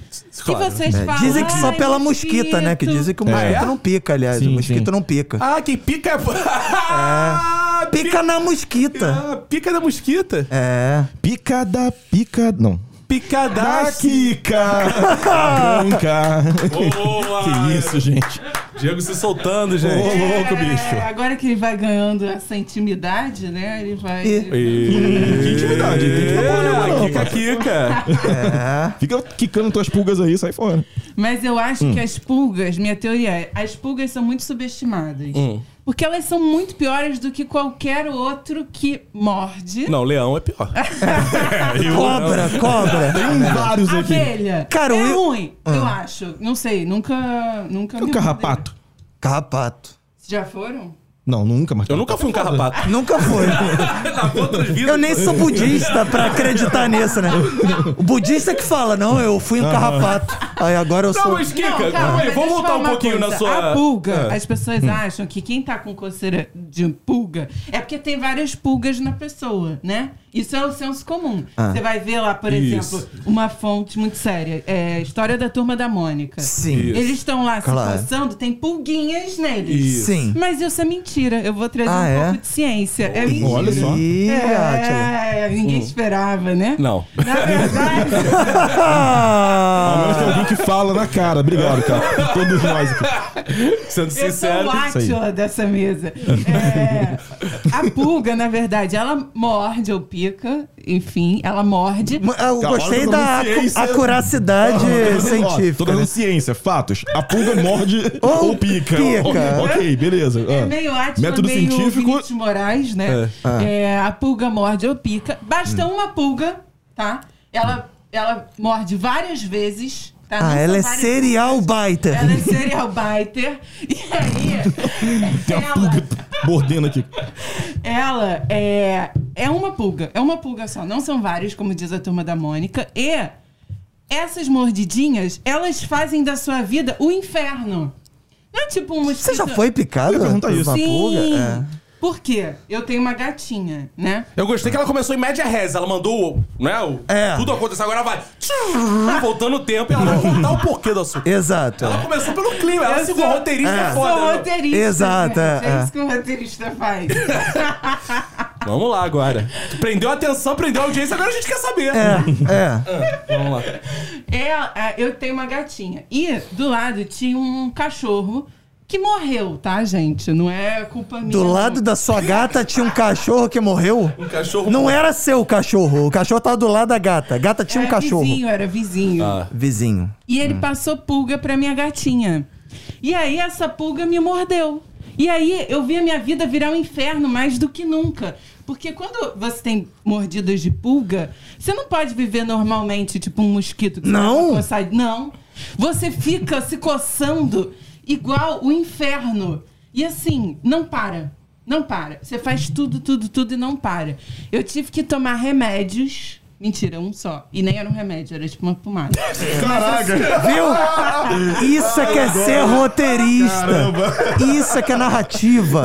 Speaker 1: Claro.
Speaker 3: E vocês falam.
Speaker 2: É. Dizem que só
Speaker 3: "Ai,
Speaker 2: pela mosquita, né? Que
Speaker 3: mosquito".
Speaker 2: dizem que o mosquito
Speaker 1: É.
Speaker 2: não pica, aliás.
Speaker 4: Sim,
Speaker 2: o mosquito
Speaker 4: sim.
Speaker 2: não pica.
Speaker 1: Ah, quem pica é. Ah,
Speaker 2: Pica na mosquita.
Speaker 1: Ah, pica da mosquita.
Speaker 2: É.
Speaker 4: Pica da pica. Não.
Speaker 1: Pica da.
Speaker 4: Da Kika! Branca!
Speaker 1: Boa!
Speaker 4: Que isso, gente?
Speaker 1: Diego se soltando,
Speaker 4: Ô,
Speaker 1: gente.
Speaker 4: louco,
Speaker 3: É,
Speaker 4: bicho!
Speaker 3: agora que ele vai ganhando essa intimidade, né? Ele vai.
Speaker 2: E-
Speaker 4: Que intimidade, tem
Speaker 1: É,
Speaker 4: que acabar, né, mano?
Speaker 1: Kika, Kika.
Speaker 4: Fica quicando tuas pulgas aí, sai fora.
Speaker 3: Mas eu acho que as pulgas, minha teoria é, as pulgas são muito subestimadas. Porque elas são muito piores do que qualquer outro que morde.
Speaker 1: Não, leão é pior.
Speaker 2: Cobra, cobra.
Speaker 3: É.
Speaker 4: Tem vários aqui.
Speaker 3: Abelha.
Speaker 2: Cara,
Speaker 3: é
Speaker 2: eu-
Speaker 3: ruim, eu acho. Não sei, nunca. Nunca.
Speaker 4: E o
Speaker 3: me
Speaker 4: carrapato?
Speaker 2: Carrapato.
Speaker 3: mordeu. Já foram?
Speaker 4: Não, nunca, mas.
Speaker 1: Eu nunca fui um carrapato.
Speaker 2: Nunca foi.
Speaker 1: Na outras vidas.
Speaker 2: Eu nem sou budista pra acreditar nisso, né? O budista é que fala, não, eu fui um carrapato. Aí agora eu
Speaker 1: Não,
Speaker 2: sou.
Speaker 1: mas Kika,
Speaker 3: Não, calma,
Speaker 1: calma aí, vamos
Speaker 3: mas deixa eu
Speaker 1: voltar
Speaker 3: falar
Speaker 1: um
Speaker 3: uma
Speaker 1: pouquinho
Speaker 3: coisa.
Speaker 1: na sua.
Speaker 3: A pulga,
Speaker 1: Ah.
Speaker 3: as pessoas acham que quem tá com coceira de pulga é porque tem várias pulgas na pessoa, né? Isso é o senso comum. Você vai ver lá, por
Speaker 1: Ah. Isso.
Speaker 3: exemplo, uma fonte muito séria. É História da Turma da Mônica.
Speaker 2: Sim.
Speaker 3: Eles estão lá
Speaker 2: Claro.
Speaker 3: se coçando, tem pulguinhas neles.
Speaker 1: Isso.
Speaker 2: Sim.
Speaker 3: Mas isso é mentira. Eu vou trazer
Speaker 2: Ah,
Speaker 3: um
Speaker 2: é?
Speaker 3: pouco de ciência. É mentira.
Speaker 4: Olha só.
Speaker 2: Ih, Átila.
Speaker 3: É, ninguém
Speaker 1: Hum.
Speaker 3: esperava, né?
Speaker 1: Não.
Speaker 3: Na verdade.
Speaker 2: Ah,
Speaker 4: Ao menos tem alguém que fala na cara. Obrigado, cara. Todos nós aqui.
Speaker 1: Sendo
Speaker 3: Eu
Speaker 1: sincero.
Speaker 4: isso
Speaker 3: sou um
Speaker 4: aí.
Speaker 3: o Átila dessa mesa. É, a pulga, na verdade, ela morde ou pica, enfim, ela morde.
Speaker 2: Ma- ah, Eu
Speaker 4: Cara,
Speaker 2: gostei
Speaker 4: olha
Speaker 2: da
Speaker 4: toda a ciência.
Speaker 2: acu- acuracidade
Speaker 4: Tô
Speaker 2: científica.
Speaker 4: dando
Speaker 2: né?
Speaker 4: ciência, fatos. A pulga morde
Speaker 2: Ou
Speaker 4: ou, pica.
Speaker 2: pica.
Speaker 4: ok, beleza.
Speaker 3: É
Speaker 4: Ah.
Speaker 3: meio Átila,
Speaker 4: Método
Speaker 3: meio
Speaker 4: científico.
Speaker 3: Vinícius Moraes, né? É, a pulga morde ou pica. Basta uma pulga, tá? Ela, ela morde várias vezes. Tá? Não
Speaker 2: Ah,
Speaker 3: são
Speaker 2: ela é
Speaker 3: várias
Speaker 2: serial biter.
Speaker 3: Ela é serial biter. E aí,
Speaker 4: Tem a
Speaker 3: ela,
Speaker 4: pulga mordendo aqui.
Speaker 3: ela é, é uma pulga. É uma pulga só. Não são várias, como diz a turma da Mônica. E essas mordidinhas, elas fazem da sua vida o inferno. Não é tipo um
Speaker 2: Você
Speaker 3: mosquito...
Speaker 2: já foi picado?
Speaker 4: Eu ia perguntar
Speaker 2: por
Speaker 4: isso.
Speaker 2: uma
Speaker 3: Sim.
Speaker 2: pulga? É.
Speaker 3: Por quê? Eu tenho uma gatinha, né?
Speaker 1: Eu gostei que ela começou em média res, ela mandou, o- né? O,
Speaker 2: É.
Speaker 1: Tudo aconteceu, agora vai. Tá voltando o tempo e ela vai contar o porquê do assunto.
Speaker 2: Exato.
Speaker 1: Ela começou pelo clima, ela
Speaker 3: Eu
Speaker 1: se for
Speaker 3: sou-
Speaker 1: roteirista é
Speaker 3: Eu
Speaker 1: foda.
Speaker 3: sou
Speaker 1: né?
Speaker 3: roteirista.
Speaker 2: Exato,
Speaker 3: gente.
Speaker 2: é,
Speaker 3: É
Speaker 2: é.
Speaker 3: isso que o roteirista faz.
Speaker 1: Vamos lá agora. Prendeu a atenção, prendeu a audiência, agora a gente quer saber.
Speaker 2: É, é.
Speaker 1: Vamos lá.
Speaker 3: É, é, eu tenho uma gatinha. E do lado tinha um cachorro que morreu, tá, gente? Não é culpa minha.
Speaker 2: Do
Speaker 3: não.
Speaker 2: lado da sua gata tinha um cachorro que morreu.
Speaker 1: Um cachorro.
Speaker 2: Não era seu cachorro. O cachorro tava do lado da gata. A gata tinha um
Speaker 3: Era
Speaker 2: cachorro.
Speaker 3: vizinho, era vizinho.
Speaker 1: Ah.
Speaker 2: Vizinho.
Speaker 3: E ele passou pulga pra minha gatinha. E aí essa pulga me mordeu. E aí eu vi a minha vida virar um inferno mais do que nunca. Porque quando você tem mordidas de pulga, você não pode viver normalmente, tipo um mosquito que você
Speaker 2: Não.
Speaker 3: vai pra coçar. Não. Você fica se coçando igual o inferno. E assim, não para. Não para. Você faz tudo, tudo, tudo e não para. Eu tive que tomar remédios. Mentira, um só. E nem era um remédio, era tipo uma pomada.
Speaker 4: Caraca!
Speaker 2: Viu? Isso é que é ser roteirista. Isso é que é narrativa.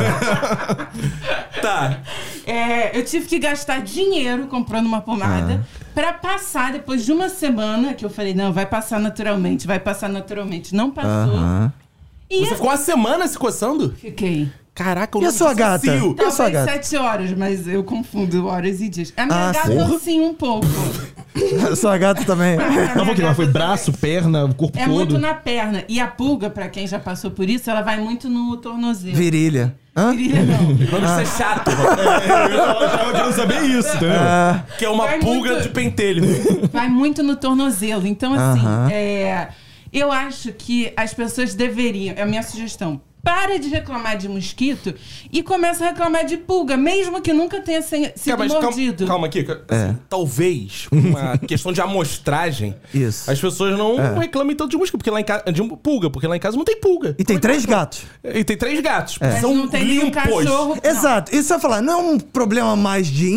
Speaker 1: Tá.
Speaker 3: É, eu tive que gastar dinheiro comprando uma pomada
Speaker 2: Ah.
Speaker 3: pra passar depois de uma semana que eu falei, não, vai passar naturalmente, vai passar naturalmente. Não passou.
Speaker 2: Aham.
Speaker 3: E
Speaker 1: Você
Speaker 3: eu
Speaker 1: ficou uma semana se coçando?
Speaker 3: fiquei.
Speaker 1: Caraca, eu
Speaker 2: E a
Speaker 1: não
Speaker 2: sua
Speaker 1: dissocio.
Speaker 2: gata? E a sua
Speaker 3: é Talvez
Speaker 2: gata?
Speaker 3: sete horas, mas eu confundo horas e dias. A minha
Speaker 2: Ah,
Speaker 3: gata,
Speaker 2: porra.
Speaker 3: sim, um pouco.
Speaker 2: A sua gata também.
Speaker 3: A
Speaker 4: Não
Speaker 3: minha
Speaker 4: foi que não, foi
Speaker 3: gata
Speaker 4: braço, perna, o corpo
Speaker 3: É
Speaker 4: todo.
Speaker 3: muito na perna. E a pulga, pra quem já passou por isso, ela vai muito no tornozelo.
Speaker 2: Virilha. Hã?
Speaker 3: Virilha não.
Speaker 1: O nome disso é chato, mano.
Speaker 4: Eu tava querendo saber isso, entendeu?
Speaker 2: Ah,
Speaker 1: que é uma
Speaker 3: Vai
Speaker 1: pulga
Speaker 3: muito-
Speaker 1: de pentelho.
Speaker 3: vai muito no tornozelo. Então, assim,
Speaker 2: Aham.
Speaker 3: é, eu acho que as pessoas deveriam. É a minha sugestão. Para de reclamar de mosquito e começa a reclamar de pulga, mesmo que nunca tenha se-
Speaker 1: Cara,
Speaker 3: sido
Speaker 1: mas calma,
Speaker 3: mordido.
Speaker 1: calma aqui. ca- assim, Talvez, por uma questão de amostragem,
Speaker 2: Isso.
Speaker 1: as pessoas não reclamem tanto de mosquito, porque lá em casa. De um, pulga, porque lá em casa não tem pulga.
Speaker 2: E tem três gatos.
Speaker 1: E tem três gatos.
Speaker 3: Mas
Speaker 1: São
Speaker 3: não tem
Speaker 1: limpos.
Speaker 3: nenhum cachorro. não.
Speaker 2: Exato. Isso eu ia falar, não é um problema mais de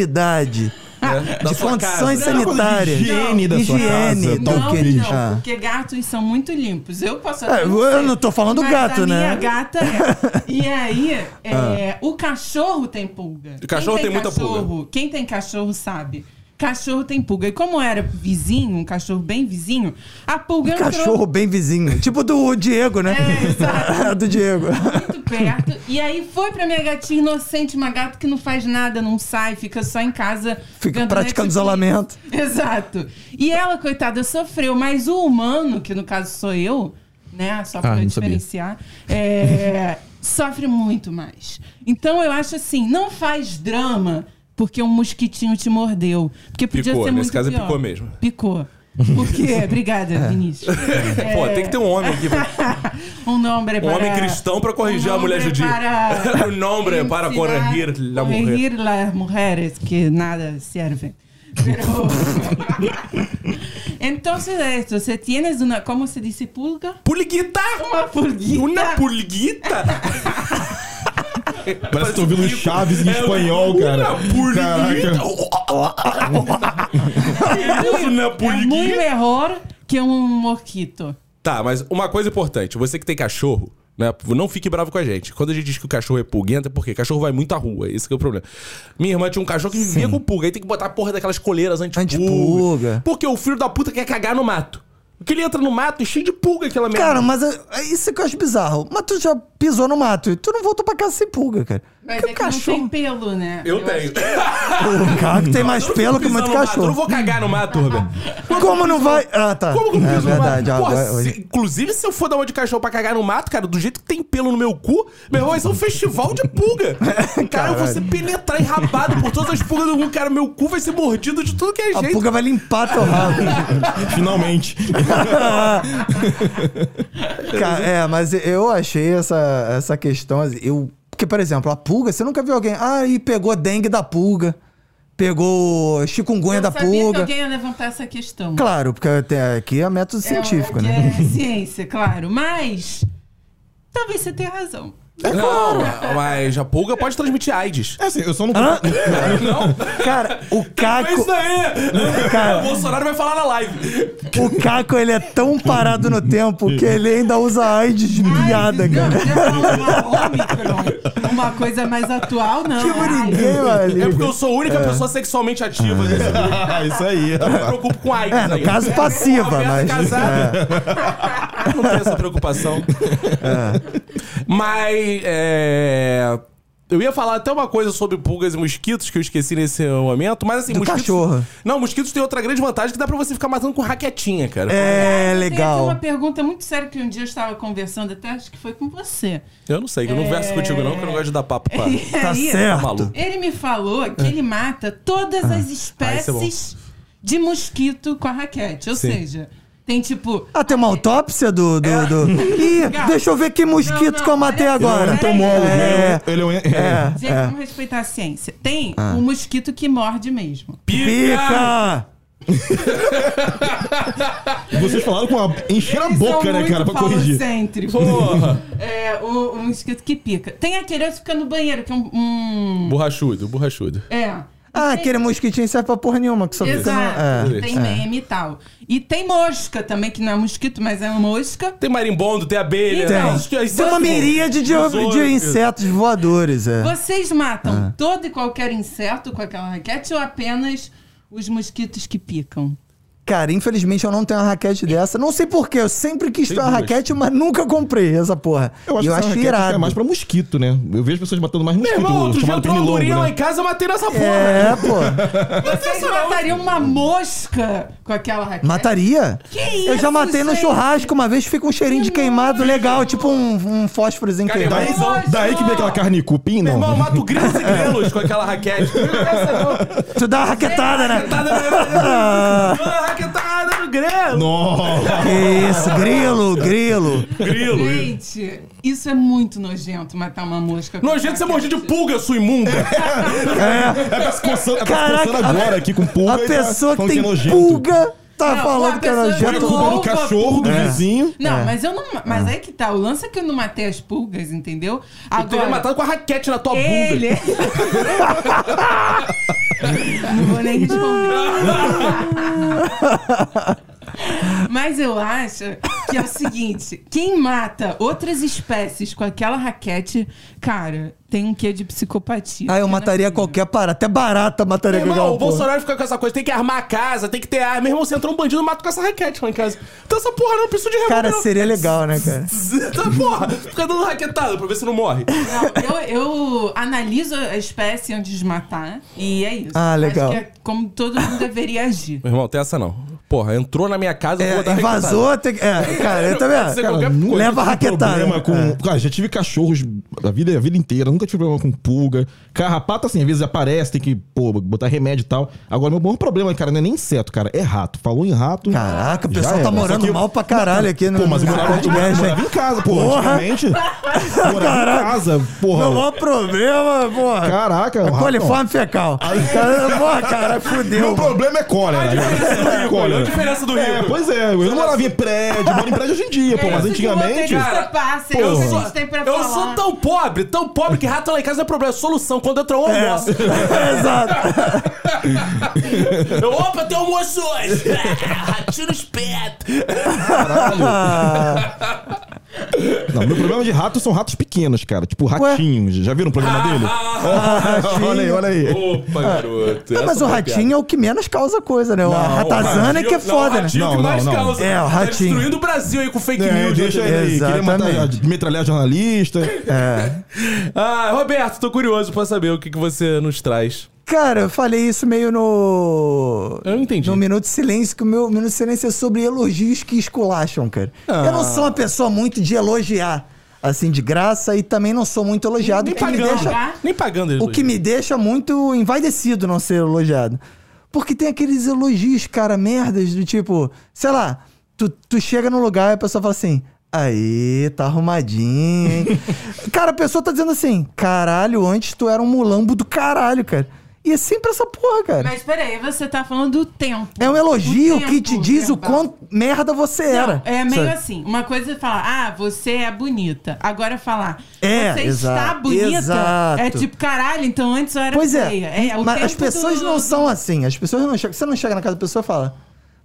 Speaker 2: insalubridade,
Speaker 1: né, da
Speaker 2: de
Speaker 1: sua casa.
Speaker 2: condições
Speaker 1: Não, é
Speaker 4: uma coisa de
Speaker 2: sanitárias.
Speaker 4: higiene da sua
Speaker 2: Higiene,
Speaker 4: casa, Então,
Speaker 2: tal
Speaker 3: Não,
Speaker 2: que-
Speaker 3: não,
Speaker 2: Ah.
Speaker 3: porque gatos são muito limpos. Eu posso
Speaker 2: É,
Speaker 3: até.
Speaker 2: eu
Speaker 3: ser,
Speaker 2: não tô falando
Speaker 3: mas
Speaker 2: gato,
Speaker 3: a
Speaker 2: né? Ah.
Speaker 3: Minha gata é. E aí, é, o cachorro tem pulga.
Speaker 1: O cachorro tem muita
Speaker 3: pulga. Quem tem cachorro sabe. Cachorro tem pulga. E como era vizinho, um cachorro bem vizinho, a pulga entrou
Speaker 2: Cachorro bem vizinho. Tipo do Diego, né?
Speaker 3: É, exato.
Speaker 2: do Diego.
Speaker 3: muito perto. E aí foi pra minha gatinha inocente, uma gata que não faz nada, não sai, fica só em casa.
Speaker 2: Fica
Speaker 3: vendo
Speaker 2: praticando isolamento.
Speaker 3: Exato. E ela, coitada, sofreu, mas o humano, que no caso sou eu, né? Só pra
Speaker 4: Ah,
Speaker 3: eu
Speaker 4: não sabia.
Speaker 3: diferenciar, é, sofre muito mais. Então eu acho assim, não faz drama porque um mosquitinho te mordeu. Porque podia
Speaker 1: Picou,
Speaker 3: ser
Speaker 1: nesse
Speaker 3: muito
Speaker 1: caso é
Speaker 3: pior.
Speaker 1: picou mesmo.
Speaker 3: Picou. Porque, obrigada,
Speaker 2: É.
Speaker 3: Vinícius. É,
Speaker 1: Pô, tem que ter um homem aqui. pra-
Speaker 3: um nome
Speaker 1: Um homem cristão pra corrigir a mulher judia.
Speaker 3: Um Para
Speaker 1: Um nome para corrigir la
Speaker 3: las
Speaker 1: mujer.
Speaker 3: Corrigir las mujeres que nada sirven. Pero... Então, é Entonces esto, si tienes una, ¿cómo se dice pulga?
Speaker 1: Pulguita!
Speaker 3: Uma pulguita.
Speaker 1: Uma pulguita!
Speaker 4: Parece que tô ouvindo Chaves em espanhol, cara.
Speaker 1: Uma é pulguita!
Speaker 4: Caraca.
Speaker 1: Uma
Speaker 3: É muito
Speaker 1: pulguita!
Speaker 3: melhor que um mosquito.
Speaker 1: Tá, mas uma coisa importante. Você que tem cachorro, né? Não fique bravo com a gente. Quando a gente diz que o cachorro é pulguento, é porque cachorro vai muito à rua. Esse que é o problema. Minha irmã tinha um cachorro que vivia com pulga. Aí tem que botar a porra daquelas coleiras anti-pulga.
Speaker 2: Antipulga.
Speaker 1: Porque o filho da puta quer cagar no mato. Porque ele entra no mato e cheio de pulga aquela merda.
Speaker 2: Cara, mas é- é isso que eu acho bizarro. Mas tu já pisou no mato e tu não voltou pra casa sem pulga, cara.
Speaker 3: Mas
Speaker 2: Porque
Speaker 3: é que não tem pelo, né?
Speaker 1: eu, tenho.
Speaker 3: acho
Speaker 2: O cara que tem mais pelo que
Speaker 1: Pisar
Speaker 2: muito
Speaker 1: no mato, Eu não
Speaker 2: cachorro.
Speaker 1: vou cagar no mato, Roberto.
Speaker 2: Como não vai? Ah, tá.
Speaker 1: Como que eu
Speaker 2: é
Speaker 1: piso no
Speaker 2: verdade.
Speaker 1: mato? assim, Porra,
Speaker 2: agora-
Speaker 1: se- inclusive, se eu for dar uma de cachorro pra cagar no mato, cara, do jeito que tem pelo no meu cu, meu irmão, vai ser um festival de pulga.
Speaker 2: É,
Speaker 1: Cara, eu vou ser penetrar e rabado por todas as pulgas do mundo. Cara, meu cu vai ser mordido de tudo que é
Speaker 2: A
Speaker 1: jeito.
Speaker 2: pulga vai limpar teu rabo.
Speaker 4: Finalmente.
Speaker 2: Cara, é, mas eu achei essa, essa questão. assim, Eu, porque, por exemplo, a pulga, você nunca viu alguém. Ah, e pegou dengue da pulga. Pegou chikungunya
Speaker 3: Eu
Speaker 2: da
Speaker 3: sabia que
Speaker 2: pulga.
Speaker 3: alguém ia levantar essa questão.
Speaker 2: Claro, porque até aqui é método científico,
Speaker 3: é,
Speaker 2: né?
Speaker 3: É ciência, claro. Mas talvez você tenha razão.
Speaker 2: é
Speaker 1: Não, mas a pulga pode transmitir AIDS.
Speaker 4: É assim, eu só não.
Speaker 1: Não?
Speaker 2: Cara, o
Speaker 1: É
Speaker 2: Caco.
Speaker 1: isso aí!
Speaker 2: Cara.
Speaker 1: O Bolsonaro vai falar na live.
Speaker 2: O Caco, ele é tão parado no tempo que ele ainda usa AIDS de piada,
Speaker 3: não,
Speaker 2: cara.
Speaker 3: já falou uma Ômicron, uma coisa mais atual, não. né?
Speaker 2: Que
Speaker 3: Ai,
Speaker 2: ninguém,
Speaker 1: É porque
Speaker 2: velho.
Speaker 1: eu sou a única pessoa sexualmente ativa. Eu
Speaker 4: Ah, isso
Speaker 1: me
Speaker 4: aí.
Speaker 1: preocupo com AIDS.
Speaker 2: É, no
Speaker 1: aí.
Speaker 2: caso, passiva,
Speaker 1: Roberto
Speaker 2: mas- é.
Speaker 1: Casado. Não tem essa preocupação. Mas. é, Eu ia falar até uma coisa sobre pulgas e mosquitos que eu esqueci nesse momento, mas assim,
Speaker 2: Do cachorro.
Speaker 1: Não, mosquitos tem outra grande vantagem que dá pra você ficar matando com raquetinha, cara.
Speaker 2: É
Speaker 3: Tem aqui
Speaker 2: legal.
Speaker 3: uma pergunta muito séria que um dia eu estava conversando, até acho que foi com você.
Speaker 1: Eu não sei, eu não verso contigo, não, que eu não gosto de dar papo pra.
Speaker 3: E
Speaker 2: Tá
Speaker 3: aí,
Speaker 2: certo. Ah.
Speaker 1: maluco.
Speaker 3: Ele me falou que ele mata todas
Speaker 2: é
Speaker 3: as espécies de mosquito com a raquete. Ou
Speaker 1: Sim.
Speaker 3: seja, tem tipo.
Speaker 2: Ah, tem uma autópsia do. do, do... Ih, deixa eu ver que mosquito
Speaker 3: É. Não, não,
Speaker 2: que eu matei
Speaker 3: olha só,
Speaker 2: agora.
Speaker 3: olha entomólogo,
Speaker 2: É,
Speaker 4: um Ele é um.
Speaker 2: é, é.
Speaker 3: Gente,
Speaker 2: Ah.
Speaker 3: vamos respeitar a ciência. Tem o mosquito que morde mesmo.
Speaker 2: Pica!
Speaker 4: Vocês falaram com a. Encheram a
Speaker 3: Eles
Speaker 4: boca,
Speaker 3: são
Speaker 4: né,
Speaker 3: muito
Speaker 4: cara, pra corrigir.
Speaker 3: falocêntricos.
Speaker 1: Porra!
Speaker 3: É, o, o mosquito que pica. Tem aquele que fica no banheiro, que é um. um-
Speaker 1: Borrachudo, borrachudo.
Speaker 3: é.
Speaker 2: Ah,
Speaker 3: Tem-
Speaker 2: aquele mosquitinho serve pra porra nenhuma, que só fica
Speaker 3: Exato.
Speaker 2: no... é.
Speaker 3: Tem meme e tal. E tem mosca também, que não é mosquito, mas é uma mosca.
Speaker 1: Tem marimbondo, tem abelha.
Speaker 2: Então,
Speaker 3: Tem.
Speaker 1: Não, isso que é- isso
Speaker 2: Tem
Speaker 1: é
Speaker 2: uma
Speaker 1: bom.
Speaker 2: miríade de,
Speaker 1: Besouro.
Speaker 2: de insetos voadores, é.
Speaker 3: Vocês matam todo e qualquer inseto com aquela raquete ou apenas os mosquitos que picam?
Speaker 2: Cara, infelizmente eu não tenho uma raquete dessa. Não sei porquê, eu sempre quis ter uma
Speaker 1: duas.
Speaker 2: raquete, mas nunca comprei essa porra. e
Speaker 4: Eu acho
Speaker 2: eu
Speaker 4: que essa
Speaker 2: acho
Speaker 4: raquete
Speaker 2: irado.
Speaker 4: é mais pra mosquito, né? Eu vejo pessoas matando mais
Speaker 1: Meu
Speaker 4: mosquito.
Speaker 1: irmão, outro dia um
Speaker 4: chamado
Speaker 1: entrou uma
Speaker 4: pernilongo,
Speaker 1: guria lá
Speaker 4: né?
Speaker 1: em casa, eu matei nessa porra.
Speaker 2: É, pô.
Speaker 3: Vocês matariam uma mosca com aquela raquete?
Speaker 2: Mataria.
Speaker 3: Que isso,
Speaker 2: eu já matei no
Speaker 3: gente?
Speaker 2: churrasco uma vez, fica um cheirinho de queimado legal, tipo um, um fósforozinho
Speaker 1: Cara,
Speaker 2: queimado.
Speaker 1: mas-
Speaker 4: Daí,
Speaker 3: Nossa!
Speaker 4: daí que vem aquela carne cupim,
Speaker 1: Meu
Speaker 4: não.
Speaker 1: irmão, eu mato grilos e grelos com aquela raquete. Não é essa, não. tá
Speaker 2: Tu dá uma raquetada, né? Ah,
Speaker 1: Raquetada no grelo. Raquetada no grelo. né?
Speaker 4: Nossa!
Speaker 2: Que isso, grilo, grilo.
Speaker 1: Grilo.
Speaker 3: Gente, isso é muito nojento matar uma mosca. com
Speaker 1: Nojento você
Speaker 3: raquete.
Speaker 1: morder de pulga, sua imunda.
Speaker 4: É, tá se coçando, ela tá se
Speaker 2: Caraca,
Speaker 4: coçando agora aqui com pulga.
Speaker 2: A
Speaker 4: e tá
Speaker 2: pessoa que
Speaker 4: falando
Speaker 2: tem
Speaker 4: é nojento.
Speaker 2: pulga é. tá
Speaker 3: Não,
Speaker 2: falando
Speaker 3: a
Speaker 2: que é
Speaker 3: pessoa
Speaker 4: Põe a
Speaker 2: nojento.
Speaker 3: que-
Speaker 4: culpa no
Speaker 3: Louva
Speaker 4: cachorro, do
Speaker 2: pulga.
Speaker 4: vizinho.
Speaker 3: Não, mas eu não. Mas aí que tá. O lance é que eu não matei as pulgas, entendeu?
Speaker 1: Eu teria
Speaker 3: Agora,
Speaker 1: matado com a raquete na tua
Speaker 3: ele.
Speaker 1: bunda.
Speaker 3: não vou nem responder. Mas eu acho que é o seguinte: quem mata outras espécies com aquela raquete, cara, tem um quê de psicopatia.
Speaker 2: Ah, eu mataria qualquer parada. Até barata mataria
Speaker 1: Meu
Speaker 2: qualquer
Speaker 1: irmão, o
Speaker 2: uma porra.
Speaker 1: Bolsonaro fica com essa coisa, tem que armar a casa, tem que ter arma. Meu irmão, você entra um bandido, mata com essa raquete lá em casa. Então essa porra não precisa de
Speaker 4: é
Speaker 1: revólver.
Speaker 2: Cara,
Speaker 1: não.
Speaker 2: seria legal, né, cara?
Speaker 1: Tá, porra, fica dando raquetada pra ver se não morre.
Speaker 3: Não, eu, eu analiso a espécie antes de matar. E é isso.
Speaker 2: Ah, legal.
Speaker 3: Acho que é como todo mundo deveria agir.
Speaker 1: Meu irmão, tem essa não. Porra, entrou na minha casa, eu vou
Speaker 2: É,
Speaker 1: dar raquetada.
Speaker 2: invasou, tem que. É, cara, eu também.
Speaker 1: Você
Speaker 2: cara,
Speaker 1: qualquer
Speaker 2: nunca
Speaker 1: coisa,
Speaker 2: leva É. a raquetada. né,
Speaker 4: Problema com... Cara, já tive cachorros a vida, a vida inteira, nunca tive problema com pulga. Carrapato, assim, às vezes aparece, tem que pô, botar remédio e tal. Agora, meu maior problema, cara, não é nem inseto, cara, é rato. Falou em rato.
Speaker 2: Caraca, o
Speaker 4: já
Speaker 2: pessoal
Speaker 4: era.
Speaker 2: tá
Speaker 4: Só
Speaker 2: morando
Speaker 4: que-
Speaker 2: mal pra caralho aqui no
Speaker 4: Pô, mas eu
Speaker 2: no
Speaker 4: morava, eu
Speaker 2: podcast, né?
Speaker 4: morava em casa, pô.
Speaker 2: Porra.
Speaker 4: Antigamente, morava em casa, porra.
Speaker 2: Meu maior problema, porra.
Speaker 4: Caraca,
Speaker 2: É
Speaker 4: o
Speaker 2: coliforme fecal. Cara, porra, cara, fudeu.
Speaker 4: Meu problema é cólera. É
Speaker 1: Olha a
Speaker 4: cólera.
Speaker 1: diferença do
Speaker 4: É,
Speaker 1: Rio.
Speaker 4: pois é, eu não morava em prédio, moro em prédio hoje em dia,
Speaker 1: É,
Speaker 4: pô, mas
Speaker 3: É isso que eu vou ter
Speaker 4: antigamente.
Speaker 3: que destapar, sei lá é o que a gente tem pra
Speaker 1: eu
Speaker 3: falar.
Speaker 1: sou tão pobre, tão pobre que rato lá em casa não é problema, é solução. Quando entra um almoço.
Speaker 2: É, Exato.
Speaker 1: Eu, opa, tem almoço hoje. Ratinho nos pés.
Speaker 2: Ah,
Speaker 4: Não, meu problema de rato são ratos pequenos, cara. Tipo, ratinhos. Já viram o programa
Speaker 1: Ah,
Speaker 4: dele? olha aí, olha aí.
Speaker 1: Opa, garoto.
Speaker 2: Ah, mas o ratinho é o que menos causa coisa, né? a ratazana é que é
Speaker 1: não, o
Speaker 2: foda, né?
Speaker 1: ratinho
Speaker 4: Não,
Speaker 1: que mais
Speaker 4: não, não.
Speaker 1: causa.
Speaker 2: É, o
Speaker 1: Tá
Speaker 2: ratinho.
Speaker 1: destruindo o Brasil aí com fake
Speaker 4: É,
Speaker 1: news.
Speaker 4: deixa
Speaker 1: né?
Speaker 4: ele aí. Queria matar,
Speaker 2: Exatamente. É,
Speaker 4: metralhar jornalista.
Speaker 1: Ah, Roberto, tô curioso pra saber o que, que você nos traz.
Speaker 2: Cara, eu falei isso meio no.
Speaker 1: Eu não entendi.
Speaker 2: No Minuto de Silêncio, que o meu Minuto de Silêncio é sobre elogios que esculacham, cara. Eu
Speaker 1: Ah.
Speaker 2: não sou uma pessoa muito de elogiar, assim, de graça, e também não sou muito elogiado,
Speaker 1: Nem
Speaker 2: o que me
Speaker 1: pagando.
Speaker 2: deixa.
Speaker 3: deixa-
Speaker 1: Nem pagando ele.
Speaker 2: O que me deixa muito envaidecido não ser elogiado. Porque tem aqueles elogios, cara, merdas, do tipo, sei lá, tu, tu chega num lugar e a pessoa fala assim. Aí, tá arrumadinho, hein? cara, a pessoa tá dizendo assim: caralho, antes tu era um mulambo do caralho, cara. E é sempre essa porra, cara.
Speaker 3: Mas peraí, você tá falando do tempo.
Speaker 2: é um elogio
Speaker 3: O tempo
Speaker 2: que te diz o
Speaker 3: verbal.
Speaker 2: quão merda você
Speaker 3: Não,
Speaker 2: era.
Speaker 3: é meio
Speaker 2: sabe?
Speaker 3: assim. Uma coisa é falar, ah, você é bonita. Agora falar,
Speaker 2: É,
Speaker 3: você está
Speaker 2: exato,
Speaker 3: bonita.
Speaker 2: exato.
Speaker 3: É tipo, caralho, então antes eu era
Speaker 2: Pois é,
Speaker 3: feia. o
Speaker 2: mas as
Speaker 3: tempo
Speaker 2: pessoas
Speaker 3: do-
Speaker 2: não são assim. As pessoas não chegam. Você não chega na casa da pessoa e fala.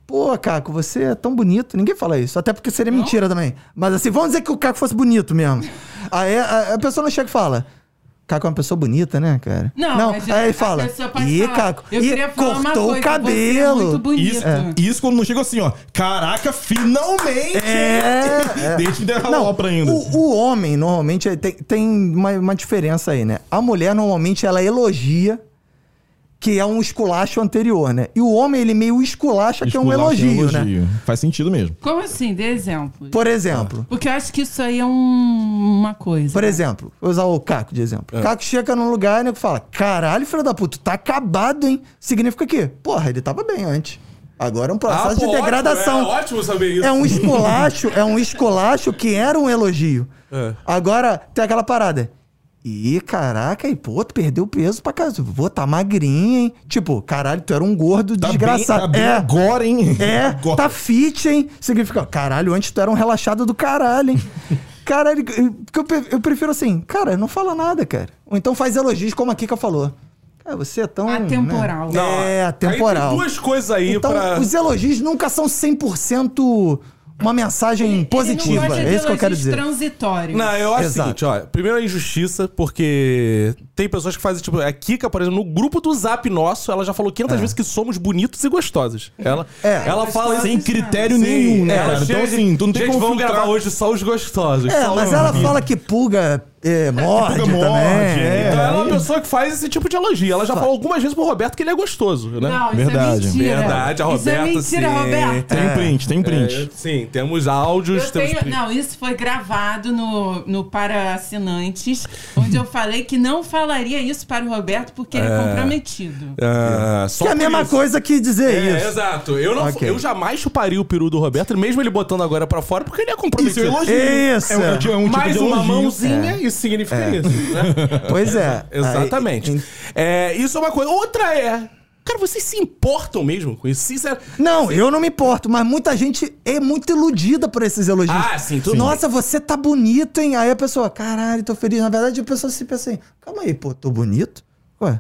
Speaker 2: Pô, Caco, você é tão bonito. Ninguém fala isso. Até porque seria mentira também. Mas assim, vamos dizer que o Caco fosse bonito mesmo. Aí a, a pessoa não chega e fala. Caco é uma pessoa bonita, né, cara?
Speaker 3: Não,
Speaker 2: não.
Speaker 3: mas
Speaker 2: aí
Speaker 3: a
Speaker 2: fala.
Speaker 3: pessoa pode
Speaker 2: Ih,
Speaker 3: falar,
Speaker 2: Caco,
Speaker 3: eu
Speaker 2: ih,
Speaker 3: queria falar uma
Speaker 2: cortou o
Speaker 3: coisa, Você é muito
Speaker 2: cabelo.
Speaker 3: bonito.
Speaker 4: Isso, isso quando não chega assim, ó. Caraca, finalmente!
Speaker 2: É, é.
Speaker 4: Desde que der a
Speaker 2: Não,
Speaker 4: obra ainda.
Speaker 2: O, é um o homem, normalmente, é- tem, tem uma, uma diferença aí, né? A mulher, normalmente, ela elogia, que é um esculacho anterior, né? E o homem, ele meio esculacha, que é um
Speaker 4: Esculacho
Speaker 2: elogio, né?
Speaker 4: Faz sentido mesmo.
Speaker 3: Como assim? Dê exemplo.
Speaker 2: Por exemplo,
Speaker 3: Porque eu acho que isso aí é um- uma coisa.
Speaker 2: por exemplo, vou usar o Caco de exemplo. Caco chega num lugar e o nego fala, caralho, filho da puta, tu tá acabado, hein? Significa que, porra, ele tava bem antes. Agora é um processo de degradação.
Speaker 1: Ah, Ótimo, é, ótimo saber isso.
Speaker 2: É um esculacho, é um esculacho que era um elogio.
Speaker 1: É.
Speaker 2: Agora, tem aquela parada. Ih, caraca, e pô, tu perdeu peso pra casa. Vou tá magrinho, hein? Tipo, caralho, tu era um gordo
Speaker 4: Tá
Speaker 2: desgraçado.
Speaker 4: Bem, tá bem
Speaker 2: é,
Speaker 4: agora, hein?
Speaker 2: é,
Speaker 4: Agora.
Speaker 2: tá fit, hein? Significa, caralho, antes tu era um relaxado do caralho, hein? cara, ele- porque eu, pre- eu prefiro assim, cara, não fala nada, cara. Ou então faz elogios como a Kika falou. Cara, você é tão. né?
Speaker 3: Atemporal.
Speaker 2: É,
Speaker 1: Aí
Speaker 2: atemporal.
Speaker 1: tem tá duas coisas aí
Speaker 2: Então,
Speaker 1: pra.
Speaker 2: os elogios nunca são 100% uma mensagem
Speaker 3: Ele não
Speaker 2: positiva.
Speaker 3: gosta de
Speaker 2: É isso que eu quero
Speaker 3: elogios
Speaker 2: dizer.
Speaker 3: transitórios.
Speaker 1: Não, eu acho
Speaker 2: Exato.
Speaker 1: o seguinte, ó. Primeiro a injustiça, porque tem pessoas que fazem, tipo, a Kika, por exemplo, no grupo do Zap nosso, ela já falou 500
Speaker 4: É.
Speaker 1: vezes que somos bonitos e gostosos. Ela,
Speaker 2: É.
Speaker 1: ela fala
Speaker 3: Gostosos,
Speaker 1: sem
Speaker 4: Sem critério
Speaker 1: Sim,
Speaker 4: nenhum, né,
Speaker 1: ela
Speaker 4: cara?
Speaker 1: chega
Speaker 4: Então,
Speaker 1: de-
Speaker 4: assim, tu não tem
Speaker 1: gente,
Speaker 4: como
Speaker 1: vamos
Speaker 4: filtrar.
Speaker 1: gravar hoje só os gostosos.
Speaker 2: É,
Speaker 1: só
Speaker 2: mas
Speaker 1: os
Speaker 2: ela
Speaker 1: bonitos.
Speaker 2: fala que pulga É, morde
Speaker 4: Morde,
Speaker 2: também.
Speaker 4: é.
Speaker 1: Então ela é uma
Speaker 4: aí-
Speaker 1: pessoa que faz esse tipo de elogio. Ela já falou algumas vezes pro Roberto que ele é gostoso, né?
Speaker 3: Não, isso
Speaker 4: Verdade.
Speaker 3: é mentira.
Speaker 1: Verdade, a
Speaker 3: Isso é
Speaker 1: Roberta,
Speaker 3: mentira,
Speaker 1: sim.
Speaker 3: Roberta.
Speaker 4: Tem um print, tem um print.
Speaker 1: É, sim, temos áudios,
Speaker 3: Eu
Speaker 1: temos
Speaker 3: tenho-
Speaker 1: print.
Speaker 3: não, isso foi gravado no, no Para Assinantes, onde eu falei que não falaria isso para o Roberto porque ele é comprometido.
Speaker 1: Ah, só
Speaker 2: Que é a
Speaker 1: por
Speaker 2: mesma
Speaker 1: isso.
Speaker 2: coisa que dizer
Speaker 1: É,
Speaker 2: isso.
Speaker 1: exato. Eu, não,
Speaker 2: Ok.
Speaker 1: eu jamais chuparia o peru do Roberto, mesmo ele botando agora pra fora, porque ele é comprometido.
Speaker 2: Isso. É.
Speaker 4: É um, é um tipo
Speaker 1: Mais
Speaker 4: de elogio.
Speaker 1: uma mãozinha, isso significa isso, né?
Speaker 2: Pois é.
Speaker 1: Exatamente.
Speaker 2: Aí, em-
Speaker 1: É, isso é uma coisa. Outra é. Cara, vocês se importam mesmo com isso? Sincero.
Speaker 2: Não, eu não me importo, mas muita gente é muito iludida por esses elogios.
Speaker 1: Ah, sim, tudo
Speaker 2: Nossa, você tá bonito, hein? Aí a pessoa, caralho, tô feliz. Na verdade, a pessoa se pensa assim, calma aí, pô, tô bonito? Ué,